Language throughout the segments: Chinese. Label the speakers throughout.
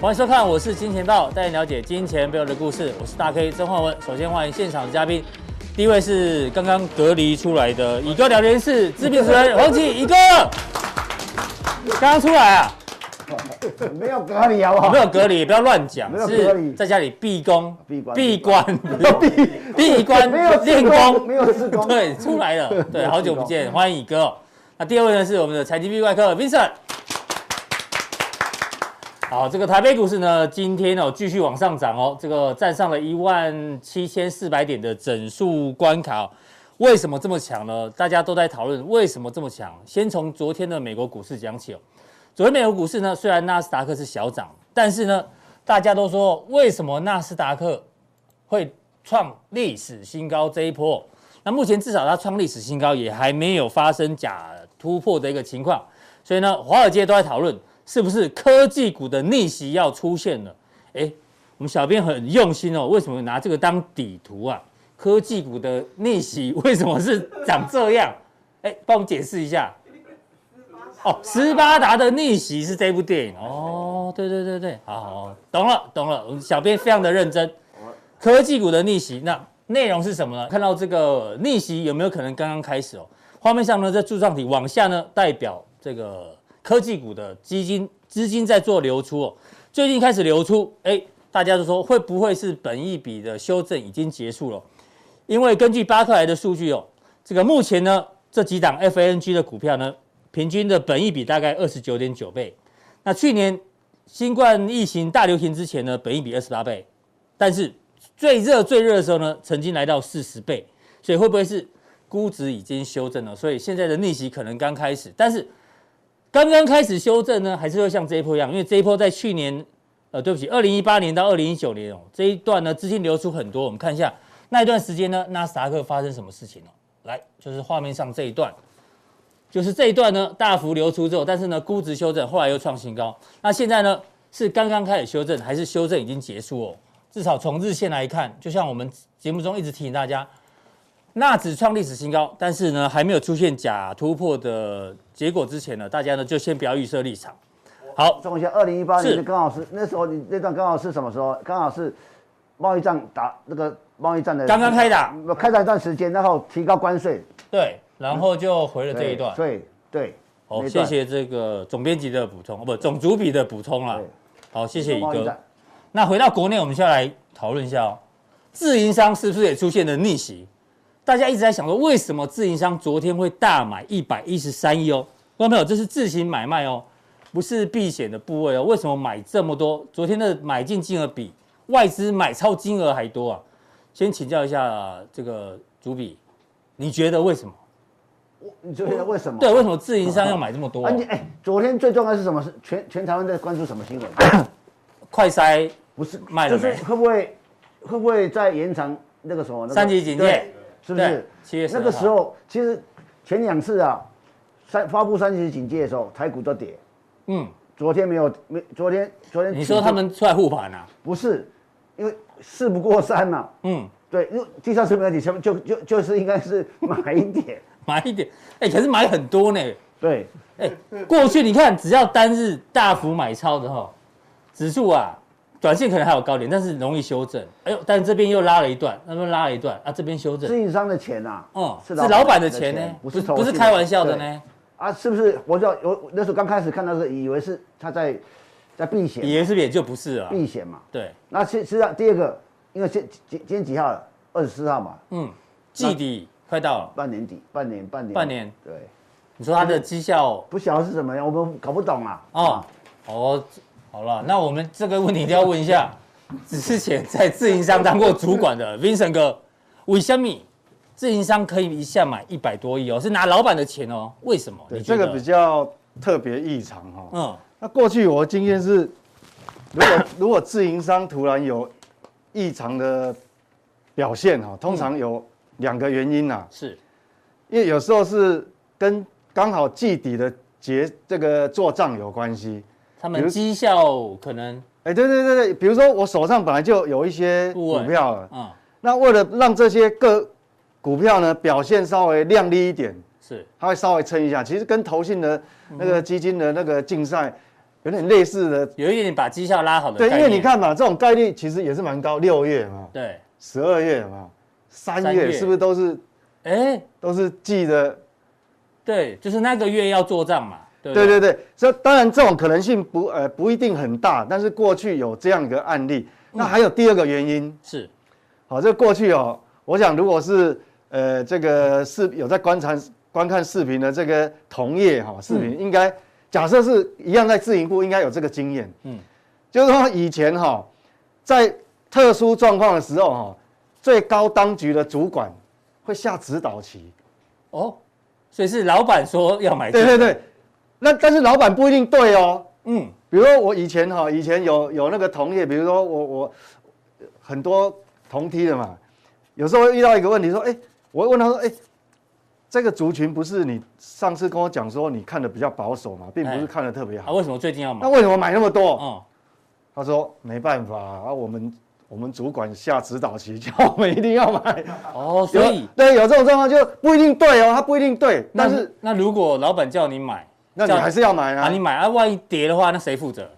Speaker 1: 欢迎收看，我是金钱豹，带你了解金钱背后的故事。我是大 K 曾焕文。首先欢迎现场嘉宾，第一位是刚刚隔离出来的乙哥聊天室知名主持人黄启 乙哥，刚刚出来啊，
Speaker 2: 没有隔离好不好？
Speaker 1: 没有隔离，不要乱讲
Speaker 2: 啊没，有隔离
Speaker 1: 是在家里闭工、
Speaker 2: 闭关
Speaker 1: 闭关、
Speaker 2: 闭
Speaker 1: 闭关
Speaker 2: 没有
Speaker 1: 练
Speaker 2: 自
Speaker 1: 功
Speaker 2: 光，没。有自光。
Speaker 1: 对，出来了，对，好久不见，欢迎乙哥哦。那第二位呢是我们的财经 B 外科 Vincent。好，这个台北股市呢，今天哦继续往上涨哦，这个站上了一万七千四百点的整数关卡、哦。为什么这么强呢？大家都在讨论为什么这么强。先从昨天的美国股市讲起哦。昨天美国股市呢，虽然纳斯达克是小涨，但是呢，大家都说为什么纳斯达克会创历史新高这一波？那目前至少它创历史新高，也还没有发生假突破的一个情况。所以呢，华尔街都在讨论是不是科技股的逆袭要出现了。诶，我们小编很用心哦，为什么拿这个当底图啊？科技股的逆袭为什么是长这样？诶，帮我们解释一下。哦，斯巴达的逆袭是这部电影哦，对对对对，好好好，懂了懂了，我们小编非常的认真。科技股的逆袭，那内容是什么呢？看到这个逆袭有没有可能刚刚开始哦？画面上呢，在柱状体往下呢，代表这个科技股的基金资金在做流出哦，最近开始流出，哎，大家都说会不会是本一笔的修正已经结束了？因为根据巴克莱的数据哦，这个目前呢这几档 FNG 的股票呢，平均的本益比大概二十九点九倍。那去年新冠疫情大流行之前呢，本益比二十八倍，但是最热最热的时候呢，曾经来到四十倍，所以会不会是估值已经修正了？所以现在的逆袭可能刚开始，但是刚刚开始修正呢，还是会像这一波一样，因为这一波在去年，呃，对不起，二零一八年到二零一九年哦，这一段呢资金流出很多，我们看一下那一段时间呢，纳斯达克发生什么事情哦？来，就是画面上这一段。就是这一段呢大幅流出之后，但是呢估值修正，后来又创新高。那现在呢是刚刚开始修正，还是修正已经结束哦？至少从日线来看，就像我们节目中一直提醒大家，纳指创历史新高，但是呢还没有出现假突破的结果之前呢，大家呢就先不要预设立场。好，
Speaker 2: 中一下，二零一八
Speaker 1: 是
Speaker 2: 年刚好是那时候，你那段刚好是什么时候？刚好是贸易战打那个贸易战的
Speaker 1: 刚刚开打，
Speaker 2: 开打一段时间，然后提高关税
Speaker 1: 对，然后就回了这一段。
Speaker 2: 对对，
Speaker 1: 好、
Speaker 2: 哎那
Speaker 1: 谢
Speaker 2: 段
Speaker 1: 谢这个总编辑的补充，哦不，总主笔的补充啦
Speaker 2: 对。
Speaker 1: 好，谢谢宇
Speaker 2: 贸易
Speaker 1: 哥
Speaker 2: 战。
Speaker 1: 那回到国内，我们先来讨论一下哦，自营商是不是也出现了逆袭？大家一直在想说，为什么自营商昨天会大买一百一十三亿哦？观众朋友，这是自行买卖哦，不是避险的部位哦。为什么买这么多？昨天的买进金额比外资买超金额还多啊？先请教一下这个主笔，你觉得为什么？
Speaker 2: 你觉得为什么？
Speaker 1: 哦对，为什么自营商要买这么多、
Speaker 2: 而且哎，昨天最重要的是什么？是全全台湾在关注什么新闻？
Speaker 1: 快筛
Speaker 2: 不是
Speaker 1: 卖了
Speaker 2: 就
Speaker 1: 没
Speaker 2: 是会不会会不会再延长那个什么那个
Speaker 1: 三级警戒
Speaker 2: 对是不
Speaker 1: 对
Speaker 2: 是？
Speaker 1: 7月12
Speaker 2: 那个时候，其实前两次啊，三发布三级警戒的时候，台股都跌。
Speaker 1: 嗯，
Speaker 2: 昨天没有没，昨天昨天
Speaker 1: 你说他们出来护盘啊？
Speaker 2: 不是，因为事不过三嘛、
Speaker 1: 嗯，
Speaker 2: 对，因为第三次没有跌，前面就就就是应该是买一 点，
Speaker 1: 买一点，哎、可是买很多呢。
Speaker 2: 对，
Speaker 1: 哎、过去你看，只要单日大幅买超的哈，指数啊，短线可能还有高点，但是容易修正。哎呦，但这边又拉了一段，那边拉了一段啊，这边修正
Speaker 2: 自。营商的钱啊，
Speaker 1: 哦、
Speaker 2: 是
Speaker 1: 是老板的
Speaker 2: 的
Speaker 1: 钱呢，不
Speaker 2: 不
Speaker 1: 是
Speaker 2: 是投
Speaker 1: 不是
Speaker 2: 信
Speaker 1: 开玩笑的。
Speaker 2: 对
Speaker 1: 呢，
Speaker 2: 啊，是不是？我就我那时候刚开始看到的时候，以为是他在在避险，
Speaker 1: 也是不是也就不是了啊。
Speaker 2: 避险嘛。
Speaker 1: 对，
Speaker 2: 那其实际上第二个，因为今今今天几号了？二十四号嘛，
Speaker 1: 嗯，季底快到了，
Speaker 2: 半年底，半年，半年，
Speaker 1: 半年。
Speaker 2: 对，
Speaker 1: 你说它
Speaker 2: 嗯
Speaker 1: 的绩效
Speaker 2: 不晓得是什么样，我们搞不懂啊。
Speaker 1: 哦，哦，好了，那我们这个问题一定要问一下， 之前在自营商当过主管的 Vincent 哥，为什么自营商可以一下买一百多亿哦？是拿老板的钱哦？为什么？
Speaker 3: 对，
Speaker 1: 你
Speaker 3: 这
Speaker 1: 觉
Speaker 3: 个
Speaker 1: 得
Speaker 3: 比较特别异常哈、哦。
Speaker 1: 嗯，
Speaker 3: 那过去我的经验是，如果 如果自营商突然有异常的表现哈、哦，通常有两个原因呐、啊
Speaker 1: 是
Speaker 3: 因为有时候是跟刚好季底的结这个做账有关系。
Speaker 1: 他
Speaker 3: 比
Speaker 1: 们
Speaker 3: 如
Speaker 1: 绩效可能，
Speaker 3: 哎，对对对对，比如说我手上本来就有一些
Speaker 1: 部
Speaker 3: 股
Speaker 1: 位
Speaker 3: 票了，
Speaker 1: 嗯，
Speaker 3: 那为了让这些个股票呢表现稍微亮丽一点，
Speaker 1: 是嗯
Speaker 3: 它会稍微撑一下。其实跟投信的那个基金的那个竞赛，有点类似的。
Speaker 1: 有一点点把绩效拉好的
Speaker 3: 对，因
Speaker 1: 概
Speaker 3: 为
Speaker 1: 念
Speaker 3: 你，看嘛，这种概率其实也是蛮高，六月嘛，
Speaker 1: 对，
Speaker 3: 十二月嘛，三
Speaker 1: 三月
Speaker 3: 月是不是都是
Speaker 1: 哎，
Speaker 3: 都是记得？
Speaker 1: 对，就是那个月要做账嘛，对不
Speaker 3: 对对对，所以当然这种可能性不呃不一定很大，但是过去有这样一个案例。
Speaker 1: 嗯
Speaker 3: 那还有第二个原因，
Speaker 1: 是，
Speaker 3: 好，这过去哦，我想如果是呃这个视有在观察观看视频的这个同业哈、视频应该假设是一样在自营部，应该有这个经验。
Speaker 1: 嗯
Speaker 3: 嗯，就是说以前哈、在特殊状况的时候哈、最高当局的主管会下指导棋。
Speaker 1: 哦，所以是老板说要买，
Speaker 3: 对对，对，那但是老板不一定对哦。
Speaker 1: 嗯，
Speaker 3: 比如说我以前哈，以前有有那个同业，比如说我我很多同梯的嘛，有时候会遇到一个问题，说，哎、我会问他说，哎、这个族群不是你上次跟我讲说你看的比较保守嘛，并不
Speaker 1: 哎
Speaker 3: 是看的特别
Speaker 1: 啊，
Speaker 3: 好，
Speaker 1: 为什么最近要买
Speaker 3: 那？为什么买那么多？
Speaker 1: 哦，
Speaker 3: 他说没办法啊，我们我们主管下指导棋，叫我们一定 要买，
Speaker 1: 哦，所以
Speaker 3: 有啊对有这种状况就不一定对哦，他不一定对，
Speaker 1: 那
Speaker 3: 但是
Speaker 1: 那如果老板叫你买，
Speaker 3: 那你
Speaker 1: 叫
Speaker 3: 还是要买
Speaker 1: 啊，
Speaker 3: 啊
Speaker 1: 你。买啊，万一跌的话，那谁负责？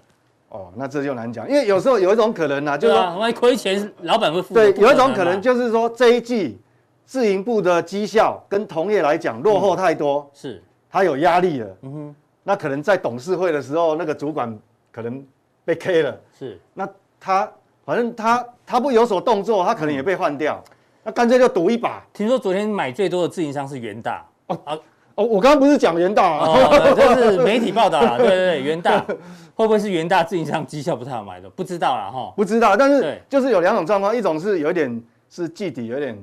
Speaker 3: 哦，那这就难讲，因为有时候有一种可能啊，就
Speaker 1: 对
Speaker 3: 是说
Speaker 1: 啊，万一亏钱，老板会负责。
Speaker 3: 对，
Speaker 1: 不
Speaker 3: 有一种
Speaker 1: 嘛
Speaker 3: 可能就是说这一季自营部的绩效跟同业来讲落后太多，
Speaker 1: 是，
Speaker 3: 他有压力了。
Speaker 1: 嗯哼，
Speaker 3: 那可能在董事会的时候，那个主管可能被 K 了，
Speaker 1: 是，
Speaker 3: 那他反正他他不有所动作，他可
Speaker 1: 嗯
Speaker 3: 能也被换掉。那干脆就赌一把。
Speaker 1: 听说昨天买最多的自营商是元 大。
Speaker 3: 哦，我刚刚不是讲元大啊？
Speaker 1: 哦，这是媒体报道啦，啊对对对，元大会不会是元大自营商绩效不太好买的？不知道啦哈。
Speaker 3: 不知道，但是
Speaker 1: 对
Speaker 3: 就是有两种状况，一种是有一点是季底有点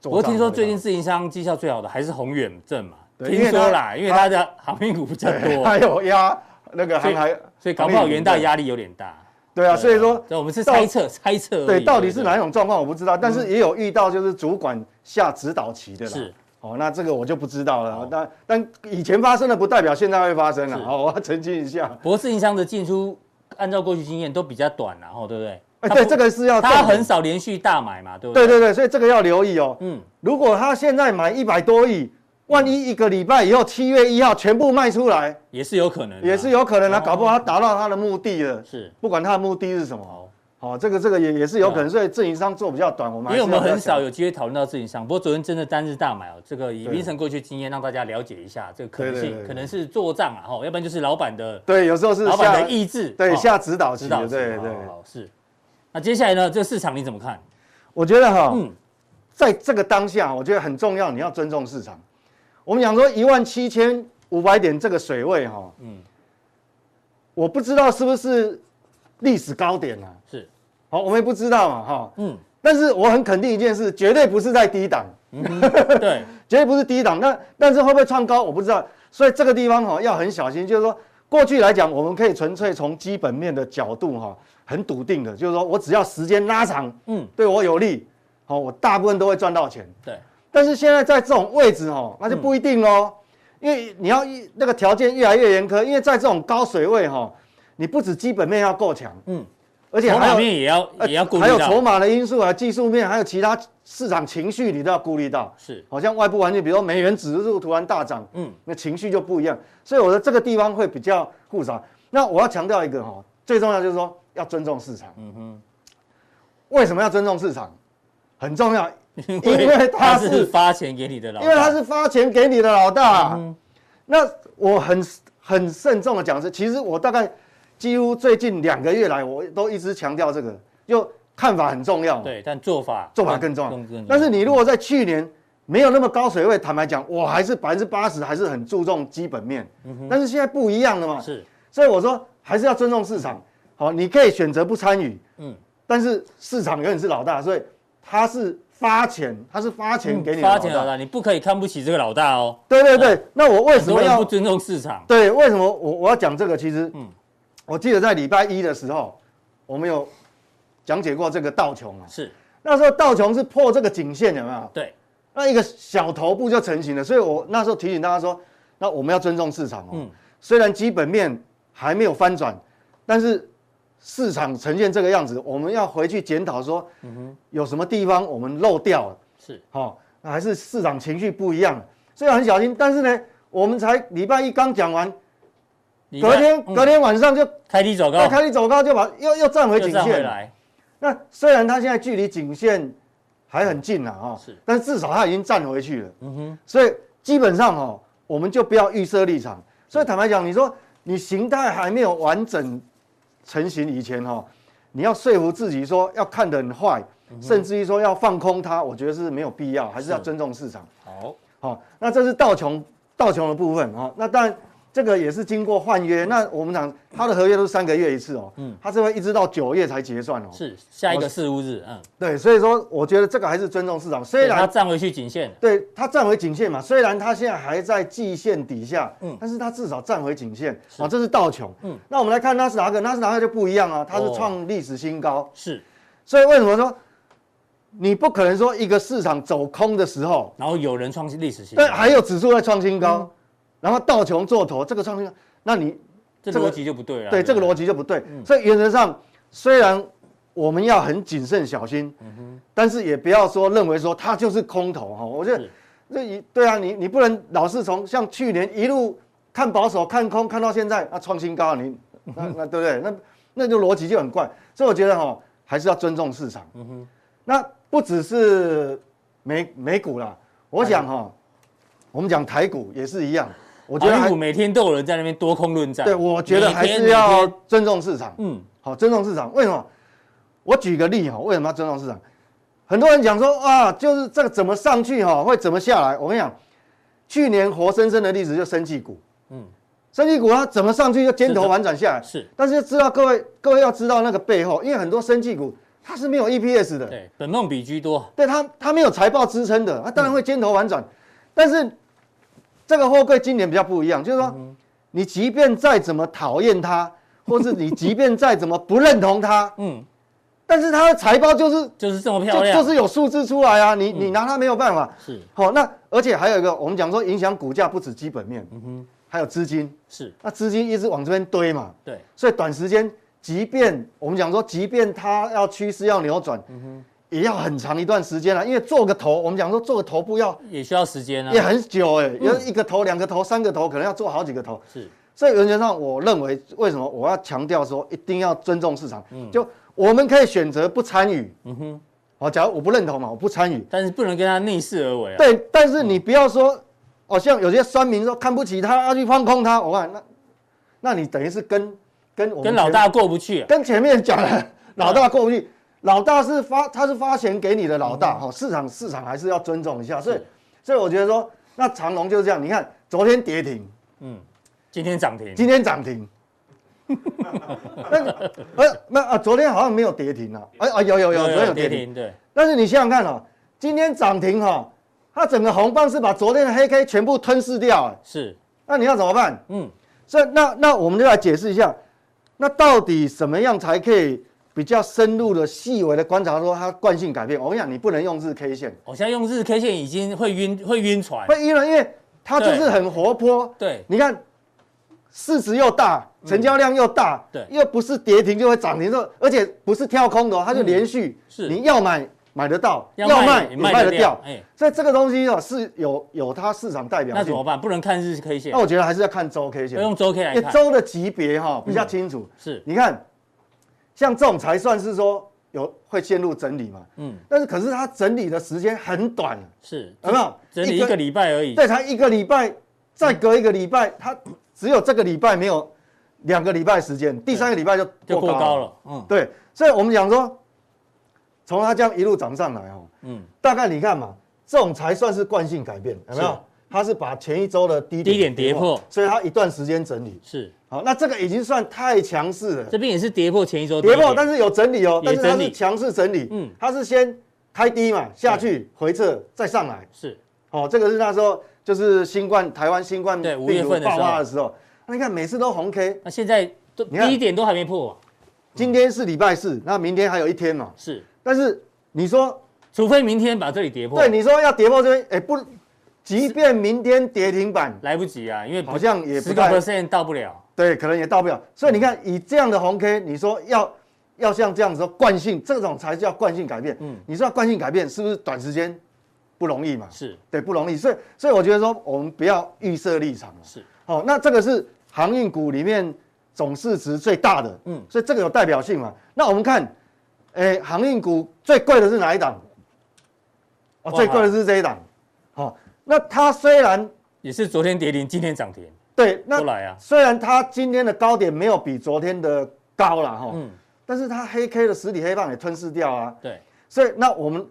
Speaker 1: 不过
Speaker 3: 做账的味道。
Speaker 1: 听说最近自营商绩效最好的还是宏远证嘛，
Speaker 3: 对因
Speaker 1: 听
Speaker 3: 为
Speaker 1: 说
Speaker 3: 它
Speaker 1: 啦，因为
Speaker 3: 它
Speaker 1: 它的航运股比 较多，
Speaker 3: 还有压那个
Speaker 1: 所以
Speaker 3: 航海，
Speaker 1: 所以搞不好元大
Speaker 3: 航运股
Speaker 1: 压力有点大。
Speaker 3: 对啊，所以说
Speaker 1: 对我们是
Speaker 3: 到
Speaker 1: 猜测猜测而已，嗯
Speaker 3: 对，到底是哪一种状况我不知道，但是也有遇到就是主管下指导棋的啦。
Speaker 1: 是，
Speaker 3: 哦，那这个我就不知道
Speaker 1: 哦
Speaker 3: 了。但但以前发生的不代表现在会发生了
Speaker 1: 是。
Speaker 3: 哦，我要澄清一下。
Speaker 1: 不过自营商的进出，按照过去经验都比较短啦，吼，对不对？
Speaker 3: 哎，
Speaker 1: 它
Speaker 3: 对，
Speaker 1: 不
Speaker 3: 这个是要
Speaker 1: 它
Speaker 3: 重点
Speaker 1: 很少连续大买嘛，对不
Speaker 3: 对
Speaker 1: 对？
Speaker 3: 对对，所以这个要留意哦。
Speaker 1: 嗯，
Speaker 3: 如果他现在买一百多亿，万一一个礼拜以后七月一号全部卖出来，
Speaker 1: 也是有可能的啊，
Speaker 3: 也是有可能他
Speaker 1: 哦
Speaker 3: 搞不好他达到他的目的了。
Speaker 1: 是哦
Speaker 3: 不管他的目的是什么，哦
Speaker 1: 好，
Speaker 3: 好，这个这个也也是有可
Speaker 1: 对啊
Speaker 3: 能。所以自营商做比较短，我们
Speaker 1: 因为
Speaker 3: 还是
Speaker 1: 我们
Speaker 3: 要比较
Speaker 1: 很少
Speaker 3: 小
Speaker 1: 有机会讨论到自营商，不过昨天真的单日大买哦，这个以
Speaker 3: 对
Speaker 1: 凌晨过去经验让大家了解一下这个可能
Speaker 3: 对对对
Speaker 1: 性，
Speaker 3: 对
Speaker 1: 可能是做账啊，吼，要不然就是老板的
Speaker 3: 对，有时候是
Speaker 1: 老板
Speaker 3: 下
Speaker 1: 的意志，
Speaker 3: 对
Speaker 1: 哦
Speaker 3: 下指导棋
Speaker 1: 指
Speaker 3: 的，
Speaker 1: 导，哦
Speaker 3: 对对。
Speaker 1: 好好是。那接下来呢，这个市场你怎么看？
Speaker 3: 我觉得哈，
Speaker 1: 嗯，
Speaker 3: 在这个当下，我觉得很重要，你要尊重市场。我们讲说一万七千五百点这个水位哈，
Speaker 1: 嗯
Speaker 3: 嗯，我不知道是不是历史高点啊，
Speaker 1: 是，
Speaker 3: 好，我们也不知道嘛哈，
Speaker 1: 嗯，
Speaker 3: 但是我很肯定一件事，绝对不是在低档，
Speaker 1: 对，
Speaker 3: 绝对不是低档。那但是会不会创高，我不知道，所以这个地方哈要很小心，就是说。过去来讲，我们可以纯粹从基本面的角度哈，很笃定的，就是说我只要时间拉长
Speaker 1: 嗯，
Speaker 3: 对我有利，好，我大部分都会赚到钱。
Speaker 1: 对，
Speaker 3: 但是现在在这种位置哦，那就不一定喽，因为你要一那个条件越来越严苛，因为在这种高水位哈、你不止基本面要够强，
Speaker 1: 嗯，
Speaker 3: 而且
Speaker 1: 筹
Speaker 3: 还
Speaker 1: 码
Speaker 3: 有呃
Speaker 1: 面也要也要顾
Speaker 3: 还
Speaker 1: 虑
Speaker 3: 有
Speaker 1: 到，
Speaker 3: 筹码的因素啊，技术面还有其他市场情绪你都要顾虑到。
Speaker 1: 是，
Speaker 3: 好像外部环境，比如说美元指数突然大涨，
Speaker 1: 嗯，
Speaker 3: 那情绪就不一样。所以我的这个地方会比较复杂。那我要强调一个哈、最重要就是说要尊重市场。嗯哼，为什么要尊重市场？很重要，
Speaker 1: 因
Speaker 3: 因为
Speaker 1: 他
Speaker 3: 他
Speaker 1: 是
Speaker 3: 是
Speaker 1: 发钱给你的老板，
Speaker 3: 因为他是发钱给你的老大。那我很很慎重的讲是，其实我大概几乎最近两个月来，我都一直强调这个，就看法很重要，，
Speaker 1: 对，但做法
Speaker 3: 做法更重要
Speaker 1: 更。
Speaker 3: 但是你如果在去年没有那么高水位，坦白讲，我还是百分之八十还是很注重基本面，但是现在不一样了嘛，
Speaker 1: 嗯是
Speaker 3: 所以我说还是要尊重市场。好，你可以选择不参与，
Speaker 1: 嗯
Speaker 3: 嗯，但是市场永远是老大，所以他是发钱，他是发钱给你
Speaker 1: 嗯
Speaker 3: 的
Speaker 1: 发
Speaker 3: 老
Speaker 1: 钱老
Speaker 3: 大。
Speaker 1: 大，你不可以看不起这个老大哦。
Speaker 3: 对对对，那我为
Speaker 1: 很
Speaker 3: 什
Speaker 1: 多
Speaker 3: 么
Speaker 1: 人
Speaker 3: 要
Speaker 1: 不尊重市场，
Speaker 3: 对，为什么我我要讲这个？其实，
Speaker 1: 嗯
Speaker 3: 嗯，我记得在礼拜一的时候，我们有讲解过这个道琼啊。
Speaker 1: 是
Speaker 3: 那时候道琼是破这个颈线，有没有？
Speaker 1: 对，
Speaker 3: 那一个小头部就成型了。所以我那时候提醒大家说，那我们要尊重市场哦。
Speaker 1: 嗯
Speaker 3: 虽然基本面还没有翻转，但是市场呈现这个样子，我们要回去检讨说，
Speaker 1: 嗯
Speaker 3: 有什么地方我们漏掉了。
Speaker 1: 是
Speaker 3: 好、那还是市场情绪不一样，所以很小心。但是呢，我们才礼拜一刚讲完，
Speaker 1: 你看
Speaker 3: 隔天
Speaker 1: 嗯
Speaker 3: 隔天晚上就
Speaker 1: 开低走高
Speaker 3: 要，开低走高，就把又又站回
Speaker 1: 又
Speaker 3: 颈
Speaker 1: 站回
Speaker 3: 线。
Speaker 1: 来，
Speaker 3: 那虽然它现在距离颈线还很近了啊，
Speaker 1: 是
Speaker 3: 但至少它已经站回去了。
Speaker 1: 嗯哼，
Speaker 3: 所以基本上哦，我们就不要预设立场。所以坦白讲，你说你形态还没有完整成型以前哦，你要说服自己说要看得很坏，
Speaker 1: 嗯
Speaker 3: 甚至于说要放空它，我觉得是没有必要，还是要尊重市场。
Speaker 1: 好，
Speaker 3: 好、那这是道琼道琼的部分啊、哦。那当然，这个也是经过换约。那我们讲它的合约都是三个月一次哦，嗯，它是会一直到九月才结算哦。
Speaker 1: 是下一个四五日，嗯，
Speaker 3: 对，所以说我觉得这个还是尊重市场。虽
Speaker 1: 对它
Speaker 3: 然
Speaker 1: 站回去颈线了，
Speaker 3: 对它站回颈线嘛，虽然它现在还在季线底下，嗯，但是它至少站回颈线啊、哦，这是道琼。嗯，那我们来看纳斯达克，纳斯达克就不一样啊，它是
Speaker 1: 哦
Speaker 3: 创历史新高。
Speaker 1: 是，
Speaker 3: 所以为什么说你不可能说一个市场走空的时候，
Speaker 1: 然后有人创历史新高
Speaker 3: 对，，还有指数在创新高，然后道琼做头，这个创新高，那你
Speaker 1: 这嗯
Speaker 3: 这个
Speaker 1: 逻辑就不对了，
Speaker 3: 对这个
Speaker 1: 不
Speaker 3: 逻辑就不对。所以原则上，虽然我们要很谨慎小心，
Speaker 1: 嗯
Speaker 3: 但是也不要说认为说它就是空头哈。我觉得
Speaker 1: 是
Speaker 3: 这一对啊，你你不能老是从像去年一路看保守、看空，看到现在啊创新高，你那那对不对？那那就逻辑就很怪。所以我觉得哈，还是要尊重市场。
Speaker 1: 嗯
Speaker 3: 那不只是美美股啦，我想哈，我们讲台股也是一样。我觉得
Speaker 1: 航
Speaker 3: 还
Speaker 1: 哦运股每天都有人在那边多空论战，
Speaker 3: 对，我觉得还
Speaker 1: 每天
Speaker 3: 是要
Speaker 1: 每天
Speaker 3: 尊重市场。
Speaker 1: 嗯，
Speaker 3: 好，尊重市场。为什么？我举个例哈，为什么要尊重市场？很多人讲说啊，就是这个怎么上去哈，会怎么下来？我跟你讲，去年活生生的例子就生技股，
Speaker 1: 嗯
Speaker 3: 嗯，生技股它怎么上去就尖
Speaker 1: 是
Speaker 3: 头
Speaker 1: 的
Speaker 3: 反转下来，
Speaker 1: 是
Speaker 3: 但是知道各位各位要知道那个背后，因为很多生技股它是没有 EPS 的，
Speaker 1: 对，本梦比居多，
Speaker 3: 对它它没有财报支撑的，它当
Speaker 1: 嗯
Speaker 3: 然会尖头反转。但是这个货柜今年比较不一样，就是
Speaker 1: 嗯
Speaker 3: 说，你即便再怎么讨厌 它，或是你即便再怎么不认同它，
Speaker 1: 嗯，
Speaker 3: 但是它的财报就是
Speaker 1: 就是这么漂
Speaker 3: 就
Speaker 1: 亮，嗯
Speaker 3: 就是有数字出来啊，你你拿它没有办法。
Speaker 1: 是
Speaker 3: 好、那而且还有一个，我们讲说影响股价不止基本
Speaker 1: 嗯
Speaker 3: 面，还有资金，
Speaker 1: 是，
Speaker 3: 那资金一直往这边堆嘛，
Speaker 1: 对，
Speaker 3: 所以短时间，即便我们讲说，即便它要趋势要扭转，也要很长一段时间啊了。因为做个头，我们讲说做个头部要
Speaker 1: 也需要时间啊
Speaker 3: 也，很久哎、有一个头、两个头、三个头，可能要做好几个头。
Speaker 1: 是
Speaker 3: 所以原则上，我认为为什么我要强调说一定要尊重市场？
Speaker 1: 嗯
Speaker 3: 就我们可以选择不参与。嗯哼，哦，假如我不认同嘛，我不参与。
Speaker 1: 但是不能跟他逆势而为啊。
Speaker 3: 对，但是你不要说，哦，像有些酸民说看不起他，要去放空他，我看那，那你等于是跟跟我们
Speaker 1: 跟老
Speaker 3: 前
Speaker 1: 大过不去、啊，
Speaker 3: 跟前面讲 的老大过不去，老大是发他是发钱给你的老大哈、市场市场嗯还是要尊重一下，所以所以我觉得说，那长隆就是这样，你看昨天跌停，
Speaker 1: 今天涨停，
Speaker 3: 今天涨 停。那个呃，那啊，昨天好像没有跌停啊，哎啊，有有有，昨天有跌停。，
Speaker 1: 对，
Speaker 3: 但是你想想看哦，今天涨停哈、哦，它整个红棒是把昨天的黑 K 全部吞噬掉，哎
Speaker 1: 是，
Speaker 3: 那你要怎么办？
Speaker 1: 嗯，
Speaker 3: 所以那那我们就来解释一下，那到底什么样才可以比较深入的、细微的观察说它惯性改变？我跟你讲，你不能用日 K 线，
Speaker 1: 我现在用日 K 线已经会晕，会晕船，
Speaker 3: 会因为因为它就是很活泼，
Speaker 1: 对，嗯
Speaker 3: 你看市值又大，成交量又大，
Speaker 1: 对
Speaker 3: 又不是跌停就会涨停，这而且不是跳空的哦，它就连
Speaker 1: 嗯
Speaker 3: 续，
Speaker 1: 是
Speaker 3: 你要买买得到，
Speaker 1: 要
Speaker 3: 要
Speaker 1: 卖
Speaker 3: 卖
Speaker 1: 也
Speaker 3: 也
Speaker 1: 卖
Speaker 3: 卖
Speaker 1: 得
Speaker 3: 得
Speaker 1: 掉
Speaker 3: 掉，
Speaker 1: 哎
Speaker 3: 所以这个东西哦是有有哦它市场代表
Speaker 1: 那怎
Speaker 3: 性
Speaker 1: 么。办？不能看日 K 线
Speaker 3: 那，我觉得还是要看周 K 线
Speaker 1: 要，用周 K
Speaker 3: 因
Speaker 1: 来
Speaker 3: 为
Speaker 1: 看，嗯
Speaker 3: 周的级别哈、比较清楚。
Speaker 1: 是，
Speaker 3: 你看，像这种才算是说有会陷入整理嘛。
Speaker 1: 嗯，
Speaker 3: 但是可是它整理的时间很短，
Speaker 1: 是，
Speaker 3: 有没有？
Speaker 1: 整理一个礼拜而已，
Speaker 3: 对，才一个礼拜，再隔一个礼拜，它只有这个礼拜没有两个礼拜时间，第三个礼拜就
Speaker 1: 就过高
Speaker 3: 高。
Speaker 1: 了，嗯
Speaker 3: 对，所以我们讲说，从它这样一路涨上来哦，
Speaker 1: 嗯，
Speaker 3: 大概你看嘛，这种才算是惯性改变，有没
Speaker 1: 是
Speaker 3: 有？它是把前一周的低
Speaker 1: 低点跌破
Speaker 3: 所以它一段时间整理。
Speaker 1: 是，
Speaker 3: 好，那这个已经算太强势了。
Speaker 1: 这边也是跌破前一周低
Speaker 3: 跌
Speaker 1: 点
Speaker 3: 破，但是有整理哦，
Speaker 1: 也
Speaker 3: 但是它
Speaker 1: 整理
Speaker 3: 是强势整理，
Speaker 1: 嗯
Speaker 3: 嗯，它是先开低嘛，下去回撤再上来，
Speaker 1: 是
Speaker 3: 哦，这个是那时候就是新冠台湾新冠
Speaker 1: 对五
Speaker 3: 病
Speaker 1: 月
Speaker 3: 毒
Speaker 1: 份的时
Speaker 3: 爆
Speaker 1: 候
Speaker 3: 发的时候，那你看每次都红 K，
Speaker 1: 那现在都
Speaker 3: 你看
Speaker 1: 低点都还没破啊，
Speaker 3: 今天是礼拜四，那明天还有一天嘛，
Speaker 1: 是，
Speaker 3: 但是你说
Speaker 1: 除非明天把这里跌破，
Speaker 3: 对，你说要跌破这边，哎不，即便明天跌停板，
Speaker 1: 来不及啊，因为不
Speaker 3: 好像也
Speaker 1: 十
Speaker 3: 不
Speaker 1: 个
Speaker 3: 太
Speaker 1: percent 到不了，
Speaker 3: 对，可能也到不了，所以你看以这样的红 K，你说要。要像这样子说惯性，这种才叫惯性改变。嗯，你说惯性改变是不是短时间不容易嘛？
Speaker 1: 是
Speaker 3: 对，不容易。所以，所以我觉得说，我们不要预设立场了。
Speaker 1: 是，
Speaker 3: 好、那这个是航运股里面总市值最大的，嗯
Speaker 1: 嗯，
Speaker 3: 所以这个有代表性嘛。那我们看，哎、航运股最贵的是哪一档？哦，
Speaker 1: 万海
Speaker 3: 最贵的是这一档。好、那它虽然
Speaker 1: 也是昨天跌停，今天涨停，
Speaker 3: 对，那
Speaker 1: 过来啊
Speaker 3: 虽然它今天的高点没有比昨天的高了哈，
Speaker 1: 嗯，
Speaker 3: 但是它黑 K 的实体黑棒也吞噬掉啊。
Speaker 1: 对，
Speaker 3: 所以那我们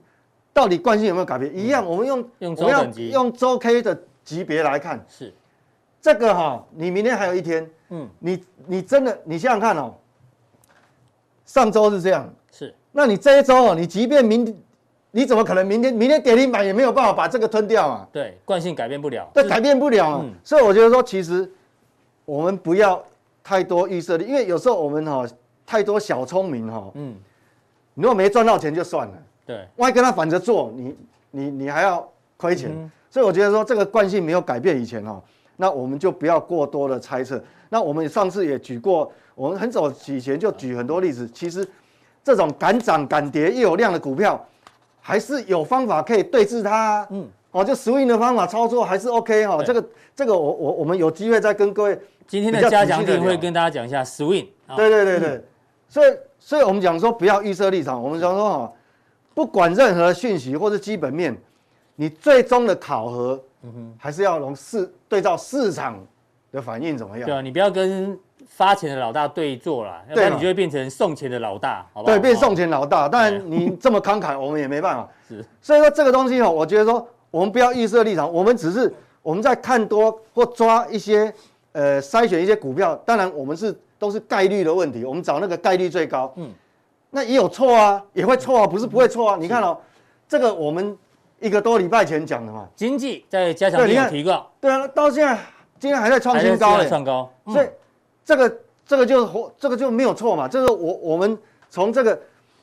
Speaker 3: 到底惯性有没有改变？一样，我们用
Speaker 1: 嗯用
Speaker 3: 我们
Speaker 1: 周
Speaker 3: 要
Speaker 1: 等级
Speaker 3: 用周 K 的级别来看
Speaker 1: 是，
Speaker 3: 这个哈、你明天还有一天，
Speaker 1: 嗯，
Speaker 3: 你你真的你想想看哦，上周是这样，
Speaker 1: 是，
Speaker 3: 那你这一周哦，你即便明你怎么可能明天明天跌停板也没有办法把这个吞掉啊？
Speaker 1: 对，惯性改变不了，
Speaker 3: 这改变不了、啊
Speaker 1: 嗯
Speaker 3: 所以我觉得说，其实我们不要太多预设立，因为有时候我们哈、太多小聪明哈、
Speaker 1: 嗯，
Speaker 3: 你如果没赚到钱就算了，
Speaker 1: 对，
Speaker 3: 万一跟他反着做，你你你还要亏钱、
Speaker 1: 嗯
Speaker 3: 所以我觉得说这个惯性没有改变以前哈、哦那我们就不要过多的猜测。那我们上次也举过，我们很早以前就举很多例子，其实这种敢涨敢跌又有量的股票，还是有方法可以对治它、啊。
Speaker 1: 嗯，
Speaker 3: 哦，就 swing 的方法操作还是 OK 哈、哦。
Speaker 1: 对
Speaker 3: 这个这个我我我们有机会再跟各位，
Speaker 1: 今天的
Speaker 3: 比较
Speaker 1: 嘉
Speaker 3: 仔细
Speaker 1: 奖
Speaker 3: 地
Speaker 1: 定会
Speaker 3: 聊
Speaker 1: 跟大家讲一下 swing，啊
Speaker 3: 对对对对，所以所以我们讲说不要预设立场，我们讲说哈、哦，不管任何讯息或是基本面，你最终的考核，还是要从市对照市场的反应怎么样
Speaker 1: 对。啊，你不要跟发钱的老大对坐啦，要不
Speaker 3: 对
Speaker 1: 然
Speaker 3: 嘛
Speaker 1: 你就会变成送钱的老大，好不好？
Speaker 3: 对，变送
Speaker 1: 哦
Speaker 3: 钱老大。当
Speaker 1: 对
Speaker 3: 然，你这么慷慨，我们也没办法。
Speaker 1: 是，
Speaker 3: 所以说这个东西哦，我觉得说我们不要预设立场，我们只是我们在看多或抓一些呃筛选一些股票，当然我们是都是概率的问题，我们找那个概率最高。
Speaker 1: 嗯嗯
Speaker 3: 嗯，那也有错啊，也会错啊，不是不会错啊。你看哦，这个我们一个多礼拜前讲的嘛，
Speaker 1: 经济在嘉奖
Speaker 3: 对
Speaker 1: 定
Speaker 3: 你
Speaker 1: 有
Speaker 3: 看
Speaker 1: 提高，
Speaker 3: 对啊，到现在今天还在创
Speaker 1: 还在
Speaker 3: 新高欸
Speaker 1: 继
Speaker 3: 嘞
Speaker 1: 续，创高，嗯
Speaker 3: 所以这个这个就是活这个就没有错嘛，就是我我们从这个，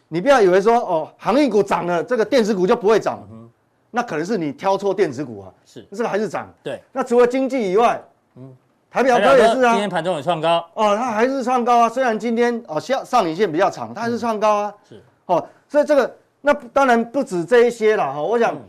Speaker 3: 你不要以为说哦，航运股涨了，这个电子股就不会涨，
Speaker 1: 嗯
Speaker 3: 那可能是你挑错电子股啊，
Speaker 1: 是
Speaker 3: 这个还是涨。
Speaker 1: 对，
Speaker 3: 那除了经济以外，
Speaker 1: 嗯
Speaker 3: 台表
Speaker 1: 台
Speaker 3: 科
Speaker 1: 表
Speaker 3: 也
Speaker 1: 哥
Speaker 3: 是
Speaker 1: 今天
Speaker 3: 啊，
Speaker 1: 盘中有创高，
Speaker 3: 哦，它还是创高啊，虽然今天哦下上影线比较长，它还是创高啊，
Speaker 1: 是
Speaker 3: 哦，所以这个那不当然不止这一些了哈、我想
Speaker 1: 嗯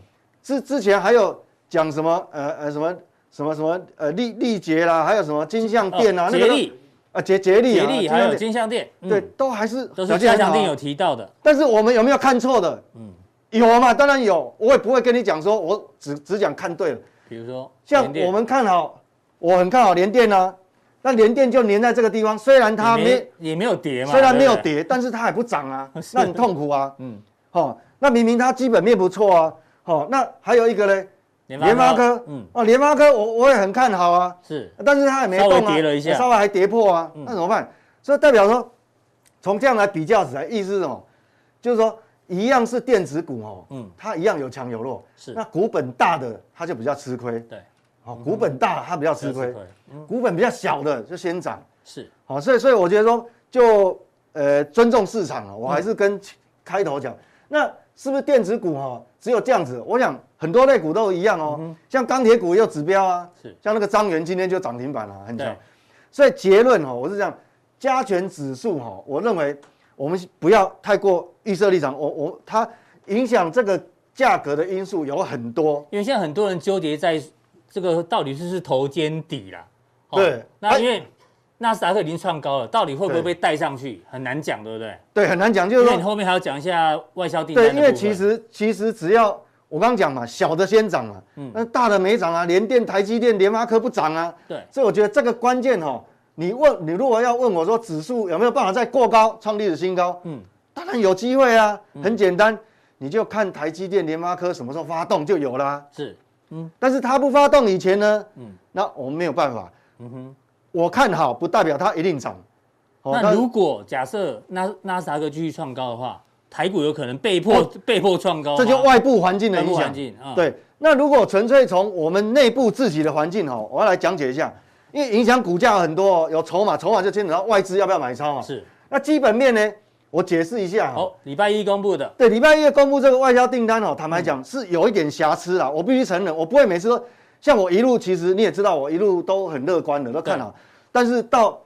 Speaker 3: 之、之前还有讲什么呃呃什么什么什么呃力力捷啦，还有什么金像店啊，
Speaker 1: 哦
Speaker 3: 那
Speaker 1: 杰
Speaker 3: 个都
Speaker 1: 力、
Speaker 3: 啊杰杰力
Speaker 1: 杰
Speaker 3: 啊，
Speaker 1: 力
Speaker 3: 金
Speaker 1: 还
Speaker 3: 像
Speaker 1: 有
Speaker 3: 店
Speaker 1: 金项店，嗯
Speaker 3: 对，都还是
Speaker 1: 都是
Speaker 3: 表现
Speaker 1: 嘉
Speaker 3: 很
Speaker 1: 奖
Speaker 3: 好啊
Speaker 1: 定有提到的，
Speaker 3: 但是我们有没有看错的？
Speaker 1: 嗯
Speaker 3: 有嘛，当然有，我也不会跟你讲说我只只讲看对了。
Speaker 1: 比如说
Speaker 3: 像
Speaker 1: 联电
Speaker 3: 我们看好，我很看好联电啊，那联电就粘在这个地方，虽然它
Speaker 1: 也
Speaker 3: 没
Speaker 1: 也没有跌嘛，
Speaker 3: 虽然没有
Speaker 1: 对不对，
Speaker 3: 跌，但是它也不涨啊， 那很痛苦啊。
Speaker 1: 嗯，
Speaker 3: 哦，那明明它基本面不错啊，哦，那还有一个呢，
Speaker 1: 联发科，
Speaker 3: 嗯
Speaker 1: 嗯，，
Speaker 3: 哦，联发科我我也很看好啊，
Speaker 1: 是
Speaker 3: 但是它也没动、啊、
Speaker 1: 稍微跌了一下嗯
Speaker 3: 稍微还跌破啊，那怎么办？所以代表说，从这样来比较起来，意思是什么？就是说，一样是电子股哦，
Speaker 1: 嗯
Speaker 3: 嗯，它一样有强有弱，
Speaker 1: 是
Speaker 3: 那股本大的它就比较吃亏，
Speaker 1: 对，
Speaker 3: 哦，股本大它比较吃
Speaker 1: 吃
Speaker 3: 亏，
Speaker 1: 亏，嗯，
Speaker 3: 股本比较小的就先涨，
Speaker 1: 是
Speaker 3: 好、所以所以我觉得说，就呃尊重市场啊，我
Speaker 1: 嗯
Speaker 3: 还是跟开头讲，那是不是电子股哈、哦、只有这样子？我想很多类股都一样哦，像钢铁股也有指标啊
Speaker 1: 嗯是，
Speaker 3: 像那个张元今天就涨停板了、很强
Speaker 1: 对。
Speaker 3: 所以结论哈、哦，我是这样，加权指数哈、哦，我认为我们不要太过预设立场，我我它影响这个价格的因素有很多，
Speaker 1: 因为现在很多人纠结在这个到底是不是头肩底啦。哦
Speaker 3: 对
Speaker 1: 那
Speaker 3: 哎
Speaker 1: 因为纳斯达克已经创高了，到底会不会
Speaker 3: 对
Speaker 1: 被带上去，很难讲，对不对？
Speaker 3: 对，很难讲，就是
Speaker 1: 因
Speaker 3: 说
Speaker 1: 为你后面还要讲一下外销订单
Speaker 3: 对，
Speaker 1: 的部
Speaker 3: 因
Speaker 1: 分。
Speaker 3: 为其实其实只要我刚刚讲嘛，小的先涨嘛，
Speaker 1: 嗯
Speaker 3: 那大的没涨啊，联电、台积电、联发科不涨啊，
Speaker 1: 对
Speaker 3: 所以我觉得这个关键哈，你问你如果要问我说指数有没有办法再过高创历史新高，
Speaker 1: 嗯
Speaker 3: 嗯，当然有机会啊，很简单，你就看台积电、联发科什么时候发动就有啦、
Speaker 1: 是
Speaker 3: 但是它不发动以前呢，嗯，那我们没有办法，嗯哼，我看好不代表它一定涨，哦
Speaker 1: 那
Speaker 3: 但
Speaker 1: 如果假设纳纳斯达克继续创高的话，台股有可能被迫被迫创高吗，
Speaker 3: 哦这就外部环境的
Speaker 1: 外
Speaker 3: 影
Speaker 1: 部环
Speaker 3: 响。
Speaker 1: 境啊，
Speaker 3: 对，那如果纯粹从我们内部自己的环境哦，我要来讲解一下，因为影响股价很多哦，有筹码，筹码就牵扯到外资要不要买超嘛。。哦
Speaker 1: 是。
Speaker 3: 那基本面呢，我解释一下哦。
Speaker 1: 好，礼拜一公布的，
Speaker 3: 对，礼拜一公布这个外销订单哦，坦白
Speaker 1: 嗯
Speaker 3: 讲是有一点瑕疵啦，我必须承认，我不会每次都像我一路，其实你也知道，我一路都很乐观的，都看好，但是到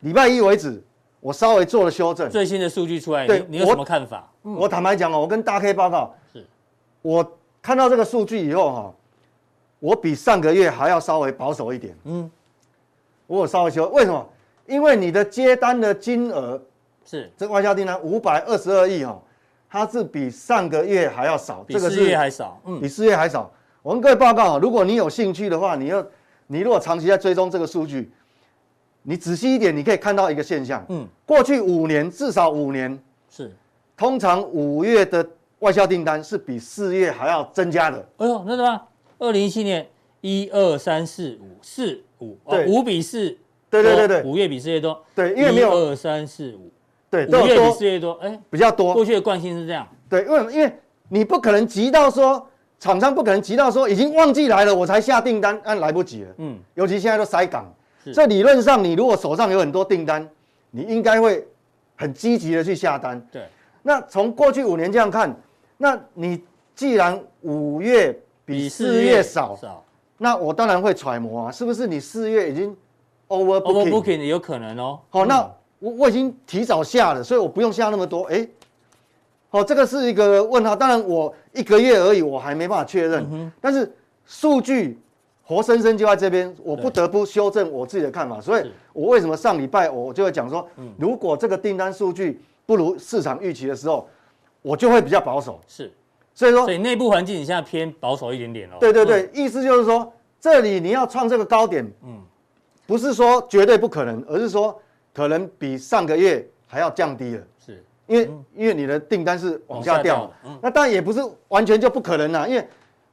Speaker 3: 礼拜一为止，我稍微做了修正。
Speaker 1: 最新的数据出来，
Speaker 3: 对
Speaker 1: 你你有
Speaker 3: 我
Speaker 1: 什么看法？
Speaker 3: 我坦白讲哦，我跟大 K 报告，
Speaker 1: 嗯是
Speaker 3: 我看到这个数据以后哈、我比上个月还要稍微保守一点。
Speaker 1: 嗯
Speaker 3: 嗯，我有稍微修，为什么？因为你的接单的金额，
Speaker 1: 是
Speaker 3: 这外销订单五百二十二亿哦，它是比上个月还要少，
Speaker 1: 比
Speaker 3: 这个
Speaker 1: 失业
Speaker 3: 是
Speaker 1: 还少，嗯，
Speaker 3: 比四月还少。我跟各位报告哦，如果你有兴趣的话，你要你如果长期在追踪这个数据，你仔细一点，你可以看到一个现象，
Speaker 1: 嗯，
Speaker 3: 过去五年至少五年，
Speaker 1: 是。
Speaker 3: 通常五月的外销订单是比四月还要增加的。
Speaker 1: 哎呦，那对吧？二零一七年一二三四五四五，哦
Speaker 3: 对
Speaker 1: 五比四，
Speaker 3: 对对对对
Speaker 1: 哦五月比四月多，
Speaker 3: 对，因为没
Speaker 1: 一
Speaker 3: 有
Speaker 1: 二三四五，
Speaker 3: 对哦都
Speaker 1: 五
Speaker 3: 有
Speaker 1: 月比
Speaker 3: 多
Speaker 1: 四月多，哎，
Speaker 3: 比较多，
Speaker 1: 过去的惯性是这样，
Speaker 3: 对，因为因为你不可能急到说厂商不可能急到说已经旺季来了我才下订单，那、来不及了。
Speaker 1: 嗯，
Speaker 3: 尤其现在都塞港
Speaker 1: 是，
Speaker 3: 这理论上你如果手上有很多订单，你应该会很积极的去下单。
Speaker 1: 对，
Speaker 3: 那从过去五年这样看，那你既然五月比四月少，
Speaker 1: 少
Speaker 3: 那我当然会揣摩啊，是不是你四月已经 overbooking？
Speaker 1: ，overbooking 有可能哦。
Speaker 3: 好、那我我已经提早下了，所以我不用下那么多。哎、好、这个是一个问号。当然，我一个月而已，我还没办法确认。但是数据活生生就在这边，我不得不修正我自己的看法。所以
Speaker 1: 是，
Speaker 3: 我为什么上礼拜我就会讲说，如果这个订单数据不如市场预期的时候，我就会比较保守。
Speaker 1: 是，
Speaker 3: 所以说
Speaker 1: 所，以内部环境你现在偏保守一点点哦。
Speaker 3: 哦对对对，意思就是说，这里你要创这个高点，嗯，不是说绝对不可能，而是说可能比上个月还要降低了，
Speaker 1: 是
Speaker 3: 因为、因为你的订单是往下
Speaker 1: 嗯
Speaker 3: 掉
Speaker 1: 往下掉的嗯
Speaker 3: 那当然也不是完全就不可能啦、因为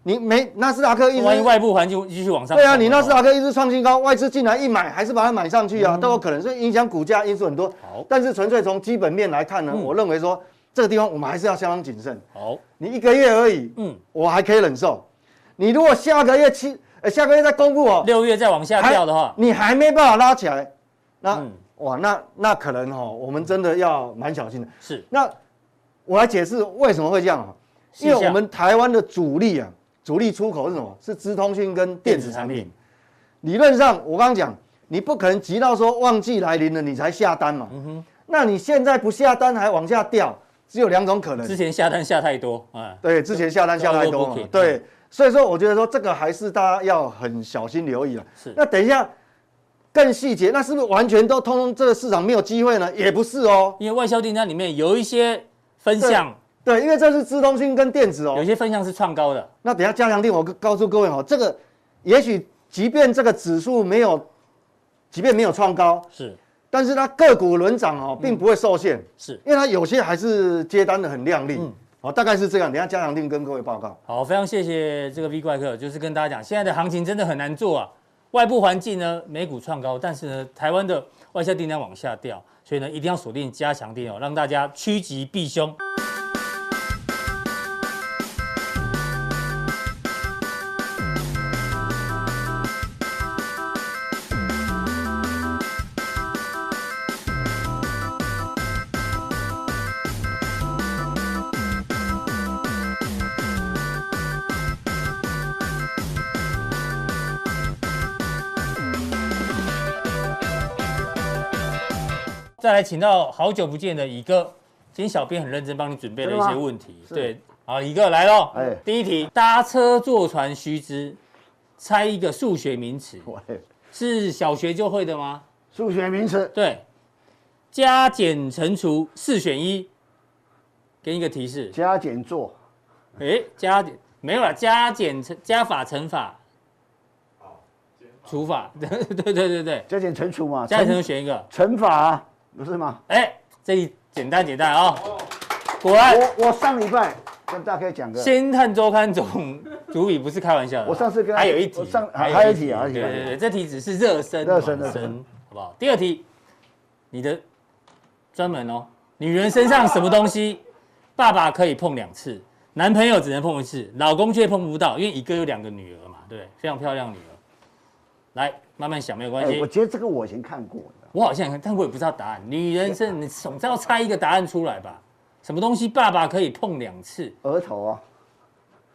Speaker 3: 你没纳斯达克一
Speaker 1: 万一
Speaker 3: 直
Speaker 1: 外部环境继续往上哦走
Speaker 3: 对
Speaker 1: 的话，
Speaker 3: 啊，你纳斯达克一直创新高，外资进来一买，还是把它买上去啊，都有可能，所以影响股价因素很多。
Speaker 1: 嗯好
Speaker 3: 但是纯粹从基本面来看呢，
Speaker 1: 嗯
Speaker 3: 我认为说这个地方我们还是要相当谨慎。
Speaker 1: 好，
Speaker 3: 你一个月而已，
Speaker 1: 哦嗯，
Speaker 3: 我还可以忍受。你如果下个月七，呃，下个月再公布哦，
Speaker 1: 六月再往下
Speaker 3: 还
Speaker 1: 掉的话，
Speaker 3: 你还没办法拉起来，那、
Speaker 1: 嗯
Speaker 3: 哇，那那可能哦，我们真的要蛮小心的。
Speaker 1: 是
Speaker 3: 那我来解释为什么会这样啊，
Speaker 1: 细
Speaker 3: 因为我
Speaker 1: 项
Speaker 3: 们台湾的主力啊，主力出口是什么？是资通讯跟电子产品。理论上，我刚刚讲，你不可能急到说旺季来临了你才下单嘛。
Speaker 1: 嗯
Speaker 3: 那你现在不下单还往下掉，只有两种可能。
Speaker 1: 之前下单下太多，哎，
Speaker 3: 对，之前下单下太多嘛
Speaker 1: Overbooking，
Speaker 3: 对，所以说我觉得说这个还是大家要很小心留意了。
Speaker 1: 是
Speaker 3: 那等一下更细节，那是不是完全都通通这个市场没有机会呢？也不是哦，
Speaker 1: 因为外销订单里面有一些分
Speaker 3: 对
Speaker 1: 项，
Speaker 3: 对，因为这是资通讯跟电子
Speaker 1: 有
Speaker 3: 哦。
Speaker 1: 些分项是创高的，
Speaker 3: 那等一下加强定，我告诉各位哦，这个也许即便这个指数没有，即便没有创高，
Speaker 1: 是
Speaker 3: 但是它个股轮涨哦，
Speaker 1: 嗯
Speaker 3: 并不会受限，
Speaker 1: 是。
Speaker 3: 因为它有些还是接单的很亮丽。
Speaker 1: 嗯
Speaker 3: 好，大概是这样。等一下加强定跟各位报告。
Speaker 1: 好，非常谢谢这个 V 怪客，就是跟大家讲，现在的行情真的很难做啊。外部环境呢，美股创高，但是呢，台湾的外销订单往下掉，所以呢，一定要锁定加强定哦，让大家趋吉避凶。再来，请到好久不见的乙哥，今天小编很认真帮你准备了一
Speaker 2: 真
Speaker 1: 些
Speaker 2: 的吗
Speaker 1: 问题。
Speaker 2: 是
Speaker 1: 对，好，乙哥来喽。
Speaker 2: 哎
Speaker 1: 第一题，搭车坐船须知，猜一个数学名词，
Speaker 2: 喂，
Speaker 1: 是小学就会的吗？
Speaker 2: 数学名词
Speaker 1: 对，加减乘除四选一，给你一个提示。
Speaker 2: 加减做，
Speaker 1: 诶，加减没有了，加减乘加法乘法，除法， 对对对对对，
Speaker 2: 加减乘除嘛，
Speaker 1: 加减乘除
Speaker 2: 乘
Speaker 1: 选一个。
Speaker 2: 乘法啊不是吗？
Speaker 1: 哎，这里简单简单啊、果然《
Speaker 2: 我我上礼拜跟大家可以讲个，
Speaker 1: 先探周刊》总主笔不是开玩笑的啊。
Speaker 2: 我上次跟他
Speaker 1: 还有一题
Speaker 2: 我，上还有一题啊还有一题
Speaker 1: 对对对，这题只是热身，
Speaker 2: 热身
Speaker 1: 暖
Speaker 2: 热身，
Speaker 1: 好不好？第二题，你的专门哦，女人身上什么东西，爸爸可以碰两次，男朋友只能碰一次，老公却碰不到，因为一个有两个女儿嘛，对，非常漂亮女儿。来，慢慢想，没有关
Speaker 2: 哎，
Speaker 1: 系
Speaker 2: 我。觉得这个我以前看过的，
Speaker 1: 我好像也看，但我也不知道答案。女人是，你总是要猜一个答案出来吧？什么东西爸爸可以碰两次？
Speaker 2: 额头啊，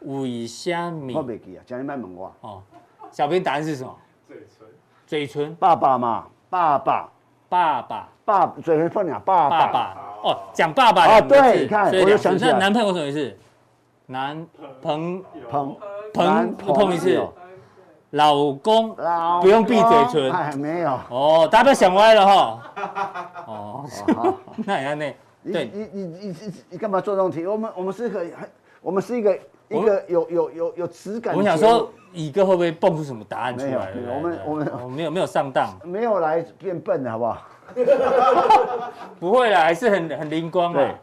Speaker 1: 尾虾米
Speaker 2: 我袂记啊，讲你卖问我，
Speaker 1: 哦，小编答案是什么？嘴唇，嘴唇，
Speaker 2: 爸爸嘛，爸爸，
Speaker 1: 爸爸，
Speaker 2: 爸，嘴唇放俩爸
Speaker 1: 爸
Speaker 2: 爸，
Speaker 1: 爸，哦，讲爸爸
Speaker 2: 啊
Speaker 1: 两个字
Speaker 2: 对看
Speaker 1: 所以
Speaker 2: 我就
Speaker 1: 两次
Speaker 2: 想起来
Speaker 1: 那男朋友什么意思？男朋
Speaker 2: 朋
Speaker 1: 朋
Speaker 2: 男
Speaker 1: 碰一次
Speaker 2: 友，
Speaker 1: 老公
Speaker 2: 老
Speaker 1: 不用闭嘴唇
Speaker 2: 公哎，没有。
Speaker 1: 哦，大家不要想歪了哈。哦，那也那
Speaker 2: 你
Speaker 1: 对
Speaker 2: 你你你你你干嘛做这种题？我们我们是一个，我们是一个
Speaker 1: 我
Speaker 2: 一
Speaker 1: 们
Speaker 2: 个有有有有质感。
Speaker 1: 我想说，乙哥会不会蹦出什么答案出
Speaker 2: 没有
Speaker 1: 来？对不对
Speaker 2: 我们我们
Speaker 1: 哦没有没有上当，
Speaker 2: 没有来变笨的好不好？
Speaker 1: 不会啦，还是很很灵光
Speaker 2: 对
Speaker 1: 的。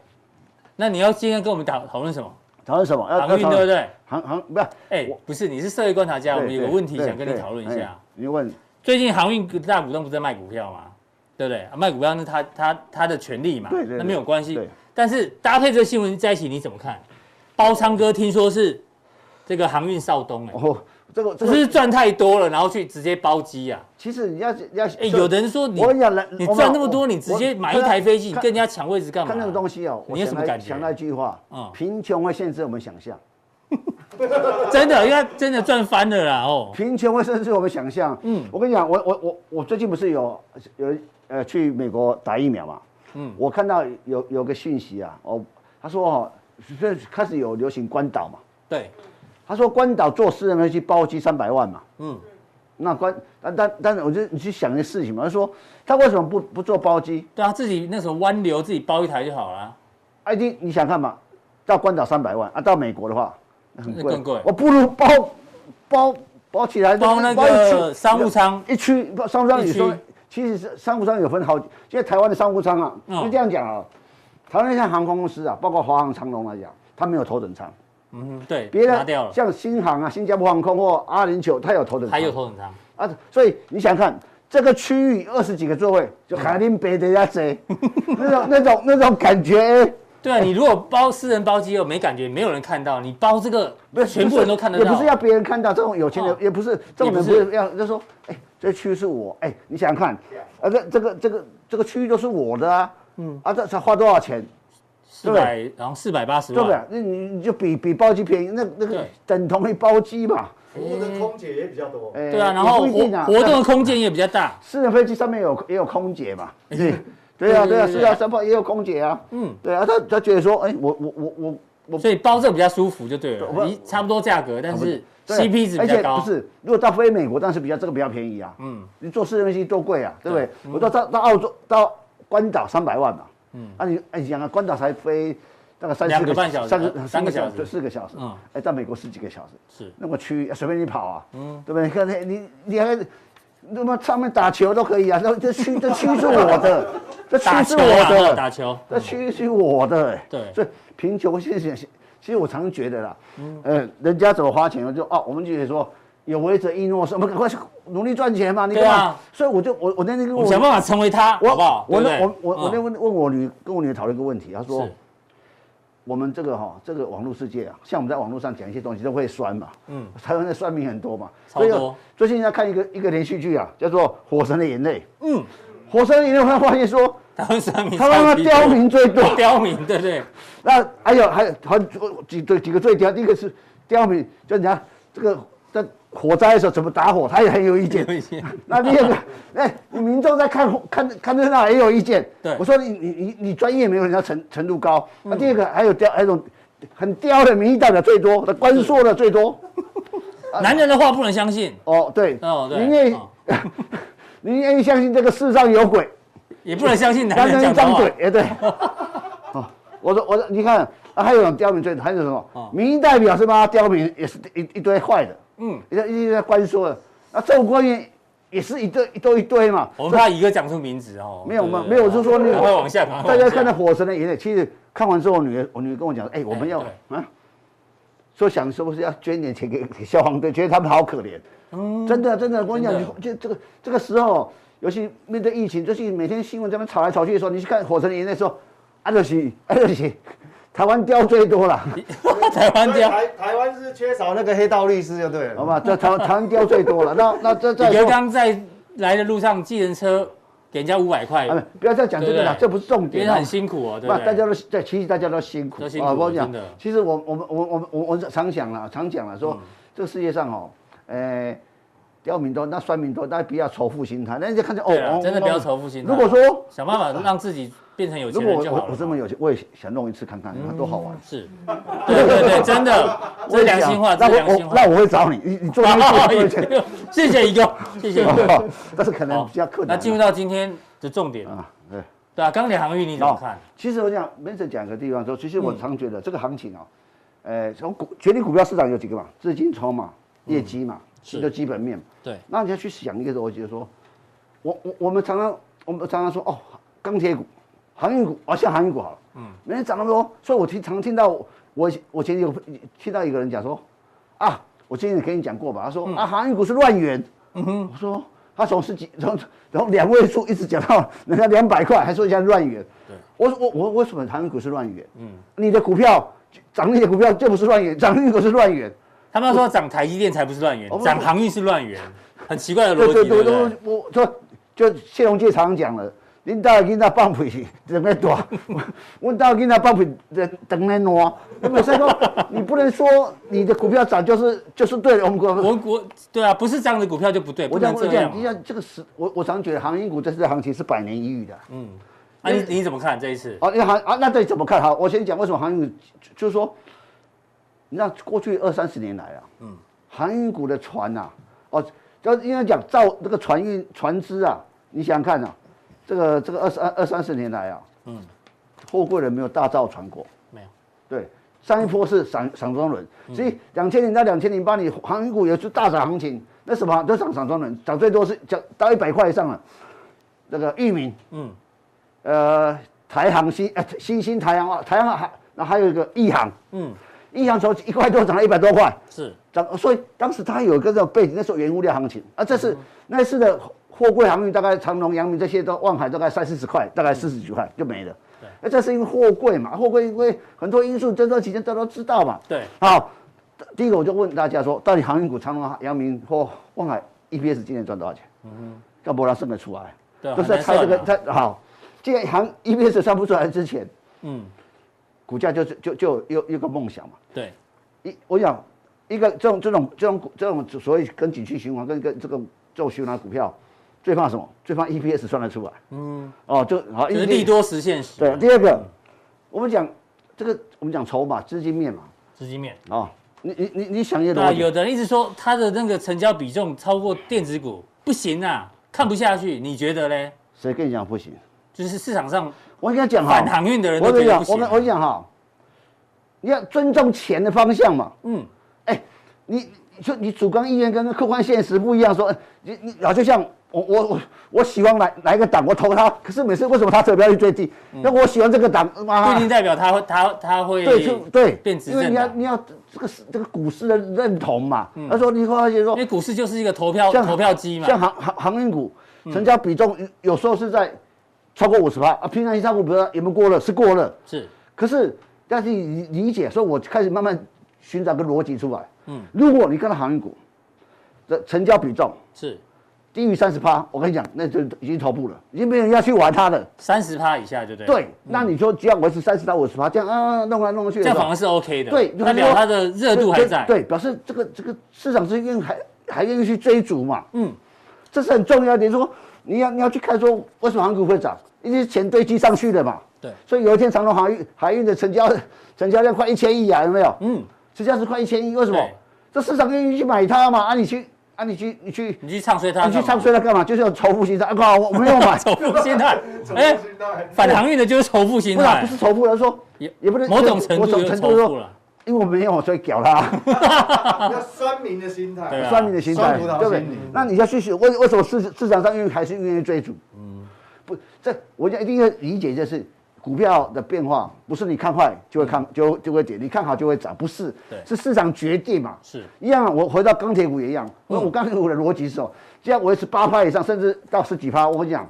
Speaker 1: 那你要今天跟我们讨讨论什么？
Speaker 2: 讨论什么？
Speaker 1: 航运对不
Speaker 2: 讨论
Speaker 1: 对？
Speaker 2: 航航不是？
Speaker 1: 哎，不是，你是社会观察家，我们
Speaker 2: 对
Speaker 1: 有个
Speaker 2: 对
Speaker 1: 问题
Speaker 2: 对
Speaker 1: 想跟你
Speaker 2: 对
Speaker 1: 讨论一
Speaker 2: 哎
Speaker 1: 下。
Speaker 2: 你问
Speaker 1: 最近航运大股东不是在卖股票吗？对不对？啊卖股票那他他他的权利嘛，
Speaker 2: 对对对
Speaker 1: 那没有关系
Speaker 2: 对。
Speaker 1: 但是搭配这个新闻在一起，你怎么看？包仓哥听说是这个航运少东哎、
Speaker 2: 哦，这个这
Speaker 1: 是不是
Speaker 2: 个
Speaker 1: 赚太多了，然后去直接包机啊？
Speaker 2: 其实你要你要
Speaker 1: 哎、有的人说你
Speaker 2: 我跟你讲来
Speaker 1: 你
Speaker 2: 我们
Speaker 1: 赚那么多，
Speaker 2: 我
Speaker 1: 你直接
Speaker 2: 我
Speaker 1: 买一台飞机，你
Speaker 2: 看
Speaker 1: 跟人家抢位置干嘛、
Speaker 2: 看那个东西哦，我
Speaker 1: 你有什么
Speaker 2: 想到
Speaker 1: 感觉
Speaker 2: 想到一句话
Speaker 1: 嗯，
Speaker 2: 贫穷会限制我们想象，
Speaker 1: 真的，因为他真的赚翻了啦 哦。
Speaker 2: 贫穷会限制我们想象。
Speaker 1: 嗯
Speaker 2: 嗯，我跟你讲，我我我我最近不是有有呃去美国打疫苗嘛？
Speaker 1: 嗯
Speaker 2: 嗯，我看到有有个讯息啊，哦，他说哦，这开始有流行关岛嘛，
Speaker 1: 对，
Speaker 2: 他说关岛做私人飞机包机三百万嘛，
Speaker 1: 嗯，
Speaker 2: 那关但但但是我就你去想一个事情嘛，他说他为什么不不做包机？
Speaker 1: 对啊，自己那时候湾流自己包一台就好了，
Speaker 2: 哎，你你想看嘛？到关岛三百万啊，到美国的话那很
Speaker 1: 那
Speaker 2: 贵，
Speaker 1: 更贵
Speaker 2: 我不如包包包起来，
Speaker 1: 包那
Speaker 2: 包一区
Speaker 1: 个商务舱
Speaker 2: 一区不商务舱
Speaker 1: 一
Speaker 2: 你说
Speaker 1: 区，
Speaker 2: 其实是商务舱有分好几，现在台湾的商务舱啊，
Speaker 1: 嗯
Speaker 2: 就这样讲啊，台湾像航空公司啊，包括华航、长龙来讲，它没有头等舱，
Speaker 1: 嗯，对，
Speaker 2: 别
Speaker 1: 拿掉
Speaker 2: 的
Speaker 1: 了，
Speaker 2: 像新航啊、新加坡航空或阿联酋，它有头等舱，
Speaker 1: 还有头等舱。
Speaker 2: 啊，所以你想看这个区域二十几个座位，
Speaker 1: 嗯
Speaker 2: 就海林北的要谁， 那种那种那种感觉。
Speaker 1: 对啊，你如果包私人包机又没感觉，没有人看到，你包这个，
Speaker 2: 不是
Speaker 1: 全部人都看得到，
Speaker 2: 也不是要别人看到这种有钱人
Speaker 1: 哦，
Speaker 2: 也不是这种人不
Speaker 1: 也不
Speaker 2: 是要，就说，哎，这区是我，哎，你想想看，啊，这这个这个这个区域都是我的啊，嗯，啊，这才花多少钱，
Speaker 1: 四百，然后四百八十
Speaker 2: 对不对
Speaker 1: 万，？
Speaker 2: 那你你就比比包机便宜，那那个
Speaker 1: 对
Speaker 2: 等同于包机嘛，
Speaker 4: 服务的空姐也比较多。
Speaker 2: 哎
Speaker 1: 对啊，然后
Speaker 2: 也不一定
Speaker 1: 活
Speaker 2: 啊
Speaker 1: 活动的
Speaker 2: 但
Speaker 1: 空间也比较大，
Speaker 2: 私人飞机上面有也有空姐嘛，对，对
Speaker 1: 对对
Speaker 2: 啊，对啊，
Speaker 1: 哎对
Speaker 2: 是
Speaker 1: 对
Speaker 2: 啊，三炮也有空姐啊，
Speaker 1: 嗯
Speaker 2: 嗯，对啊，他他觉得说，哎，我我我我我
Speaker 1: 所以包这个比较舒服就对
Speaker 2: 对我啊
Speaker 1: 了，一差不多价格，但是 CP 值
Speaker 2: 而
Speaker 1: 比
Speaker 2: 且
Speaker 1: 较高，
Speaker 2: 不是，如果到飞美国，但是比较这个比较便宜啊。
Speaker 1: 嗯
Speaker 2: 嗯，你坐私人飞机多贵啊，对不对？我到到到澳洲到关岛三百万嘛。嗯，那你哎，你想啊，关岛才飞大概三
Speaker 1: 两
Speaker 2: 四
Speaker 1: 个半小时
Speaker 2: 三
Speaker 1: 呃
Speaker 2: 个
Speaker 1: 三
Speaker 2: 三
Speaker 1: 个
Speaker 2: 个
Speaker 1: 小
Speaker 2: 小
Speaker 1: 时
Speaker 2: 时，四个小时。
Speaker 1: 嗯
Speaker 2: 嗯，哎，到美国十几个小时，
Speaker 1: 是
Speaker 2: 那个区域随便你跑啊，嗯，对不对？你看那你你还那么上面打球都可以啊，那这区这区是我的， 这
Speaker 1: 打
Speaker 2: 区是
Speaker 1: 球
Speaker 2: 我
Speaker 1: 啊，
Speaker 2: 的，
Speaker 1: 打球，
Speaker 2: 那区域是我的、欸，
Speaker 1: 对
Speaker 2: 所以贫穷现象，其实我常觉得啦，
Speaker 1: 嗯
Speaker 2: 呃，人家怎么花钱，我就哦，我们就觉得说有为者亦若是，我们赶快去努力赚钱嘛，你干
Speaker 1: 对
Speaker 2: 嘛？
Speaker 1: 啊
Speaker 2: 所以我就我我那天跟
Speaker 1: 我们想办法成为他，
Speaker 2: 我
Speaker 1: 好不好？
Speaker 2: 我
Speaker 1: 对
Speaker 2: 那
Speaker 1: 不
Speaker 2: 我
Speaker 1: 对
Speaker 2: 我我那
Speaker 1: 嗯
Speaker 2: 问问我女跟我女儿讨论一个问题，她说
Speaker 1: 是
Speaker 2: 我们这个哈、这个网络世界啊，像我们在网络上讲一些东西都会酸嘛，
Speaker 1: 嗯
Speaker 2: 嗯， 台湾的酸民很多嘛，
Speaker 1: 超多
Speaker 2: 所以啊最近在看一个一个连续剧啊，叫做《火神的眼泪》，
Speaker 1: 嗯，
Speaker 2: 火神的眼泪，我才发现说
Speaker 1: 台湾三名，
Speaker 2: 他妈妈刁民最 多。啊
Speaker 1: 刁民，对不对？
Speaker 2: 那还有还有还有几几几个最刁，第一个是刁民，就你看这个在火灾的时候怎么打火，他也很有意见
Speaker 1: 有。一些
Speaker 2: 那第二个，哎，你民众在看火看看热闹也有意见。
Speaker 1: 对嗯
Speaker 2: 我说你你你你专业没有人家程程度高。那第二个还有刁，还有一种很刁的民意代表最多，那官说的最多。
Speaker 1: 男人的话不能相信，
Speaker 2: 哦，对，
Speaker 1: 哦对
Speaker 2: 您愿意
Speaker 1: 哦，
Speaker 2: 您愿意相信这个世上有鬼？
Speaker 1: 也不能相信男
Speaker 2: 男
Speaker 1: 人讲
Speaker 2: 人一
Speaker 1: 的
Speaker 2: 张
Speaker 1: 话，
Speaker 2: 嘴，哎，对。哦，我说我说，你看，啊、还有一种刁民最，还有什
Speaker 1: 哦
Speaker 2: 么？民意代表是吗？刁民也是一一堆坏的，
Speaker 1: 嗯
Speaker 2: 嗯，一堆一堆官说的，啊那政府官员也是一堆一堆一堆嘛。
Speaker 1: 我们怕一个讲出名字哦，
Speaker 2: 没有
Speaker 1: 对
Speaker 2: 嘛
Speaker 1: 对
Speaker 2: 没有我是说那个
Speaker 1: 赶快往下，赶快
Speaker 2: 大
Speaker 1: 往
Speaker 2: 家
Speaker 1: 下
Speaker 2: 看到《火神的眼泪》，其实看完之后，我女儿我女儿跟我讲，哎、我们要、啊，说想是不是要捐点钱给给消防队，觉得他们好可怜。真的真的，我跟你讲，
Speaker 1: 嗯真的
Speaker 2: 你就这个这个时候，尤其面对疫情，就是每天新闻在那边吵来吵去的时候，你去看《火神的眼泪》的时候，啊就是啊就是，台湾雕最多了，
Speaker 1: 台湾
Speaker 4: 所以
Speaker 1: 刁。
Speaker 4: 台台湾是缺少
Speaker 3: 找那个黑道律师就对
Speaker 2: 好
Speaker 3: 了。
Speaker 2: 吧？这台湾台湾雕最多了。那那这再
Speaker 1: 你刚
Speaker 2: 说，
Speaker 1: 刚在来的路上，计程车给人家五百块
Speaker 2: 啊，，不不要再讲这个了，
Speaker 1: 对
Speaker 2: 这
Speaker 1: 不对
Speaker 2: 不是重
Speaker 1: 别
Speaker 2: 点
Speaker 1: 人
Speaker 2: 啊。
Speaker 1: 很辛苦哦，对
Speaker 2: 不
Speaker 1: 不，
Speaker 2: 大
Speaker 1: 对？
Speaker 2: 家都对，其实大家都辛苦
Speaker 1: 都辛苦
Speaker 2: 啊我跟你
Speaker 1: 真
Speaker 2: 讲
Speaker 1: 的，嗯
Speaker 2: 其实我我们我我我我我常讲了，常讲了说，这个世界上哦，呃，刁民多，那酸民多，那不要仇富心态，那你就看见哦
Speaker 1: 对啊
Speaker 2: 哦，
Speaker 1: 真的不要
Speaker 2: 哦
Speaker 1: 仇富心态
Speaker 2: 如果说
Speaker 1: 想办法让自己变成有
Speaker 2: 如
Speaker 1: 钱
Speaker 2: 果
Speaker 1: 人
Speaker 2: 我
Speaker 1: 就好了嘛。
Speaker 2: 我
Speaker 1: 嗯
Speaker 2: 我这么有钱，我也想弄一次看看，啊多好玩。
Speaker 1: 是，对对对，真的，
Speaker 2: 我
Speaker 1: 这
Speaker 2: 也
Speaker 1: 良
Speaker 2: 想
Speaker 1: 心话，
Speaker 2: 那
Speaker 1: 这良
Speaker 2: 我
Speaker 1: 心
Speaker 2: 我
Speaker 1: 话。
Speaker 2: 那我会找你，你你做那
Speaker 1: 好
Speaker 2: 个事情，
Speaker 1: 谢谢一个，谢谢一 个。
Speaker 2: 哦但是可能
Speaker 1: 好
Speaker 2: 比较困
Speaker 1: 那
Speaker 2: 难。
Speaker 1: 进入到今天的重点，
Speaker 2: 啊，对。
Speaker 1: 对啊，钢铁航运你怎么看？
Speaker 2: 哦
Speaker 1: 嗯
Speaker 2: 其实我讲 m e n s o n 讲一个地方说，其实我常觉得这个行情啊，呃，从股决定股票市场有几个嘛，资金筹码、业绩嘛，
Speaker 1: 嗯是
Speaker 2: 这就基本面嘛。
Speaker 1: 对，
Speaker 2: 那你要去想一个逻辑，就是说，我我我们常常我们常常说哦，钢铁股、航运股，哦，像航运股好了，嗯，每天涨那么多，所以我听常听到我我我前有听到一个人讲说，啊，我之前跟你讲过吧，他说、啊，航运股是乱源，嗯哼，我说他从十几从然后两位数一直讲到人家两百块，还说人家乱源，
Speaker 1: 对，
Speaker 2: 我说我我为什么航运股是乱源？嗯，你的股票涨你的股票就不是乱源，涨运股是乱源。
Speaker 1: 他们说涨台积电才不是乱源
Speaker 2: 哦，不
Speaker 1: 涨航运是乱源，很奇怪的逻
Speaker 2: 对对
Speaker 1: 辑，对不
Speaker 2: 对，
Speaker 1: 对
Speaker 2: 我？我说就谢龙介常常讲了，恁兜囡仔放屁怎么大， 阮兜囡仔放屁人等来挪，那么所以说你不能说你的股票涨就是就是对的，我们股
Speaker 1: 我我对啊，不是这样的股票就不对，不
Speaker 2: 我讲
Speaker 1: 能
Speaker 2: 我
Speaker 1: 这样啊
Speaker 2: 讲，就
Speaker 1: 嘛。
Speaker 2: 像这个时，我我常觉得航运股这次的行情是百年一遇的。
Speaker 1: 啊，你你怎么看这一次？
Speaker 2: 哦，那航啊，那这里怎么看？好，我先讲为什么航运股，就就是说，你知道过去二三十年来啊，嗯，航运股的船呐、啊，哦，要应该讲造这个船运船只啊，你想想看啊，这个这个二三二三十年来啊，嗯，货柜轮没有大造船过，
Speaker 1: 没有，
Speaker 2: 对，上一波是散散装轮，所以两千年到两千零八年航运股也是大涨行情，那什么都涨散装轮，涨最多是涨到一百块以上了。那个域名，嗯，呃，台航新呃新兴台航啊，台航还那还有一个亿航，
Speaker 1: 嗯，
Speaker 2: 亿航从一块多涨到一百多块，
Speaker 1: 是
Speaker 2: 涨，所以当时它有一个这种背景，那时候原物料行情啊，这是那次的货柜航运，大概长隆、阳明这些都望海大概三四十块，大概四十几块就没了。那这是因为货柜嘛，货柜因为很多因素，这段期间大家都知道嘛。
Speaker 1: 对，
Speaker 2: 好，第一个我就问大家说，到底航运股长隆、阳明或望海 EPS 今年赚多少钱？嗯哼，要不然算得出来。
Speaker 1: 对啊
Speaker 2: 都是在
Speaker 1: 很难
Speaker 2: 猜这个
Speaker 1: 算
Speaker 2: 猜好，既然航，E EPS 算不出来之前，
Speaker 1: 嗯，
Speaker 2: 股价就就就有有有个梦想嘛。
Speaker 1: 对，
Speaker 2: 一我想一个这种这种这种股这种所谓跟景气循环跟跟这个这种循环股票，最怕什么？最怕 EPS 算得出来。嗯，哦，就好，
Speaker 1: 就是
Speaker 2: EPS
Speaker 1: 利多实现时，
Speaker 2: 对。第二个，我们讲这个我们讲筹码资金面嘛，
Speaker 1: 资金面。
Speaker 2: 啊、你你你你想一个
Speaker 1: 对啊，
Speaker 2: 逻辑
Speaker 1: 有，的人一直说他的那个成交比重超过电子股，不行啊，看不下去。你觉得嘞？
Speaker 2: 谁跟你讲不行？
Speaker 1: 就是市场上
Speaker 2: 我跟你讲哈
Speaker 1: 反，航运的人
Speaker 2: 我
Speaker 1: 都
Speaker 2: 跟
Speaker 1: 觉
Speaker 2: 你
Speaker 1: 得不，
Speaker 2: 讲
Speaker 1: 行啊
Speaker 2: 我跟我跟你讲哈，你要尊重钱的方向嘛。
Speaker 1: 嗯，
Speaker 2: 哎、你你说你主观意愿跟客观现实不一样，说哎你你啊，就像我我我我喜欢哪哪一个党，我投他，可是每次为什么他投票率最低？
Speaker 1: 嗯
Speaker 2: 那、我喜欢这个党，妈
Speaker 1: 不一定代表他会他他会
Speaker 2: 对就对，
Speaker 1: 变执
Speaker 2: 因
Speaker 1: 政
Speaker 2: 为你要
Speaker 1: 党，嗯
Speaker 2: 你要这个是这个股市的认同嘛。他说你会发现说
Speaker 1: 因为股市就是一个投票
Speaker 2: 像
Speaker 1: 哦投票机嘛。嗯
Speaker 2: 像航航航运股成交比重有有时候是在超过五十趴啊，平常一三股比如说有没有过了？是过了。
Speaker 1: 是
Speaker 2: 可是但是你理解，所以我开始慢慢寻找个逻辑出来。嗯，如果你看到航运股的成交比重
Speaker 1: 是，
Speaker 2: 低于三十趴，我跟你讲，那就已经头部了，已经没有人要去玩它了。
Speaker 1: 三十趴以下就对。嗯
Speaker 2: 对，，那你就只要维持三十到五十趴，这样啊弄来弄去的
Speaker 1: 这
Speaker 2: 时候，
Speaker 1: 样反而是 OK 的。
Speaker 2: 对，就是
Speaker 1: 代表
Speaker 2: 说
Speaker 1: 它的热度还
Speaker 2: 对
Speaker 1: 在。，
Speaker 2: 对，表示这个这个市场是愿意还还愿意去追逐嘛。
Speaker 1: 嗯，
Speaker 2: 这是很重要的。你说你要你要去看说为什么航股会涨，因为钱堆积上去的嘛。
Speaker 1: 对
Speaker 2: 所以有一天长隆航运海运的成交 成交量快一千亿啊，有没有？
Speaker 1: 嗯，
Speaker 2: 成交是快一千亿，为什么
Speaker 1: 对？
Speaker 2: 这市场愿意去买它嘛？啊，你去啊，你去你去
Speaker 1: 你去唱衰它干
Speaker 2: 你
Speaker 1: 嘛，，
Speaker 2: 去唱衰它干嘛？就是要仇富心态。啊，我我没有 买
Speaker 1: 仇富心态。 哎，反航运的就是仇富心
Speaker 2: 不
Speaker 1: 态
Speaker 2: 然不，是仇富，他说
Speaker 1: 啊也
Speaker 2: 也不能
Speaker 1: 某种程
Speaker 2: 某
Speaker 1: 度
Speaker 2: 种
Speaker 1: 就是
Speaker 2: 程
Speaker 1: 仇
Speaker 2: 度
Speaker 1: 富
Speaker 2: 说
Speaker 1: 了。，
Speaker 2: 因为我没有，所以屌他。
Speaker 4: 要酸民的心态。
Speaker 1: 对啊
Speaker 2: 酸民的心态，
Speaker 3: 酸葡萄
Speaker 2: 对不对
Speaker 3: 心理？
Speaker 2: 那你要去学，为为什么市市场上愿意还是愿意追逐？嗯，不，这我就一定要理解，就是股票的变化不是你看坏就会看就就会跌，你看好就会涨，不是
Speaker 1: 嗯对，
Speaker 2: 是市场决定嘛。
Speaker 1: 是嗯
Speaker 2: 一样啊，我回到钢铁股也一样。我我钢铁股的逻辑是哦，只要维持八趴以上，甚至到十几趴，我跟你讲，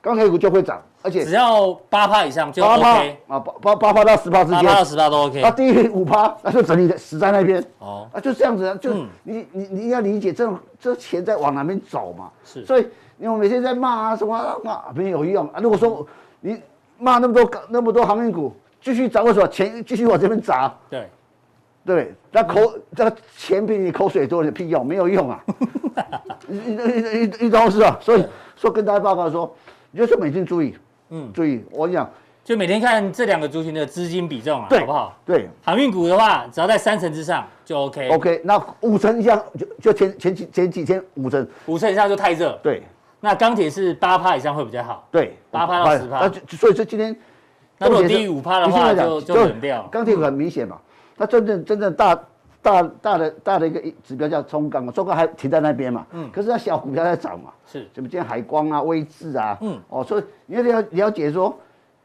Speaker 2: 钢铁股就会涨，而且
Speaker 1: 只要八趴以上就
Speaker 2: 八趴
Speaker 1: OK，
Speaker 2: 啊，八八八趴到十趴之
Speaker 1: 八
Speaker 2: 间，
Speaker 1: 趴到十趴都 OK
Speaker 2: 那。低于啊五趴，那就整理在死在那边。
Speaker 1: 哦
Speaker 2: 哦，啊，就这样子啊，就
Speaker 1: 嗯
Speaker 2: 你你你要理解这种这钱在往哪边走嘛。
Speaker 1: 是
Speaker 2: 所以你们每天在骂啊什么啊骂没有用啊。如果说你骂那么多那么多航运股继续涨，为什么钱继续往这边砸？
Speaker 1: 对，
Speaker 2: 对，那口那钱比你口水多，有屁用没有用啊！一一一一刀是啊，所以说跟大家报告说，你就是每天注意，
Speaker 1: 嗯，
Speaker 2: 注意，我跟你讲，
Speaker 1: 就每天看这两个族群的资金比重啊，
Speaker 2: 对
Speaker 1: 好不好？
Speaker 2: 对
Speaker 1: 航运股的话，只要在三成之上就 OK，
Speaker 2: ，OK，那五成以下就就前前几前几天五成，
Speaker 1: 五成以上就太热。
Speaker 2: 对
Speaker 1: 那钢铁是八趴以上会比较好，
Speaker 2: 对，
Speaker 1: 8%到
Speaker 2: 哎
Speaker 1: 10%
Speaker 2: 那就所以说今天
Speaker 1: 那如果低于五趴的
Speaker 2: 必须
Speaker 1: 话
Speaker 2: 要讲
Speaker 1: 就就冷掉。
Speaker 2: 钢铁股很明显嘛，它真正真正大大大的大的一个指标叫冲钢嘛，冲钢还停在那边嘛，
Speaker 1: 嗯
Speaker 2: 可是它小股票在涨嘛，
Speaker 1: 是
Speaker 2: 什么今天海光啊、威智啊，
Speaker 1: 嗯
Speaker 2: 嗯，哦，所以你要了了解说，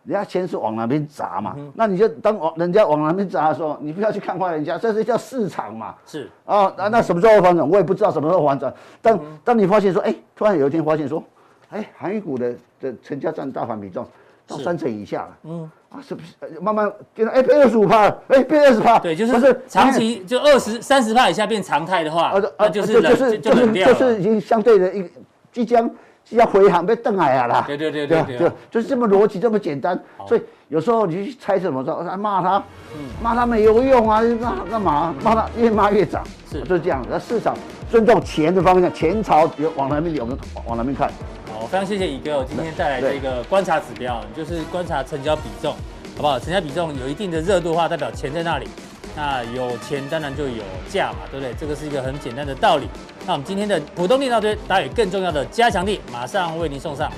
Speaker 2: 人家钱是往哪边砸
Speaker 1: 嗯
Speaker 2: 嘛，那你就当往人家往哪边砸的时候，你不要去看坏人家，这是叫市场嘛。
Speaker 1: 是，
Speaker 2: 啊，那那什么时候会反转？我也不知道什么时候反转。但
Speaker 1: 嗯
Speaker 2: 当你发现说，哎、突然有一天发现说，哎、韩语股的的成交占大盘比重到
Speaker 1: 是
Speaker 2: 三成以下了，
Speaker 1: 嗯
Speaker 2: 嗯，啊，是不是呃慢慢变成哎变二十五帕了，哎、变二十帕，
Speaker 1: 对，就
Speaker 2: 不哎
Speaker 1: 是长期就二十三十趴以下变常态的话
Speaker 2: 啊，
Speaker 1: 那
Speaker 2: 啊，
Speaker 1: 就是
Speaker 2: 就
Speaker 1: 冷
Speaker 2: 是
Speaker 1: 就
Speaker 2: 就
Speaker 1: 冷
Speaker 2: 是
Speaker 1: 掉
Speaker 2: 就
Speaker 1: 了。
Speaker 2: 是已经相对的一个即将即将回航被邓海啊啦，
Speaker 1: 对对对
Speaker 2: 对
Speaker 1: 对
Speaker 2: 啊
Speaker 1: 对
Speaker 2: 就
Speaker 1: 啊，
Speaker 2: 就是这么逻辑这么简单，所以有时候你去猜什么时候啊骂他，
Speaker 1: 嗯
Speaker 2: 骂他没有用啊，骂他干嘛？骂他越骂越涨，
Speaker 1: 是
Speaker 2: 就是这样。那市场尊重钱的方向，钱朝有往哪边流，我们往哪边看。
Speaker 1: 好，非常谢谢乙哥哦，今天带来这
Speaker 2: 对
Speaker 1: 个观察指标，就是观察成交比重，好不好？成交比重有一定的热度的话，代表钱在那里，那有钱当然就有价嘛，对不对？这个是一个很简单的道理。那我们今天的浦东力道堆，打野更重要的加强力，马上为您送上。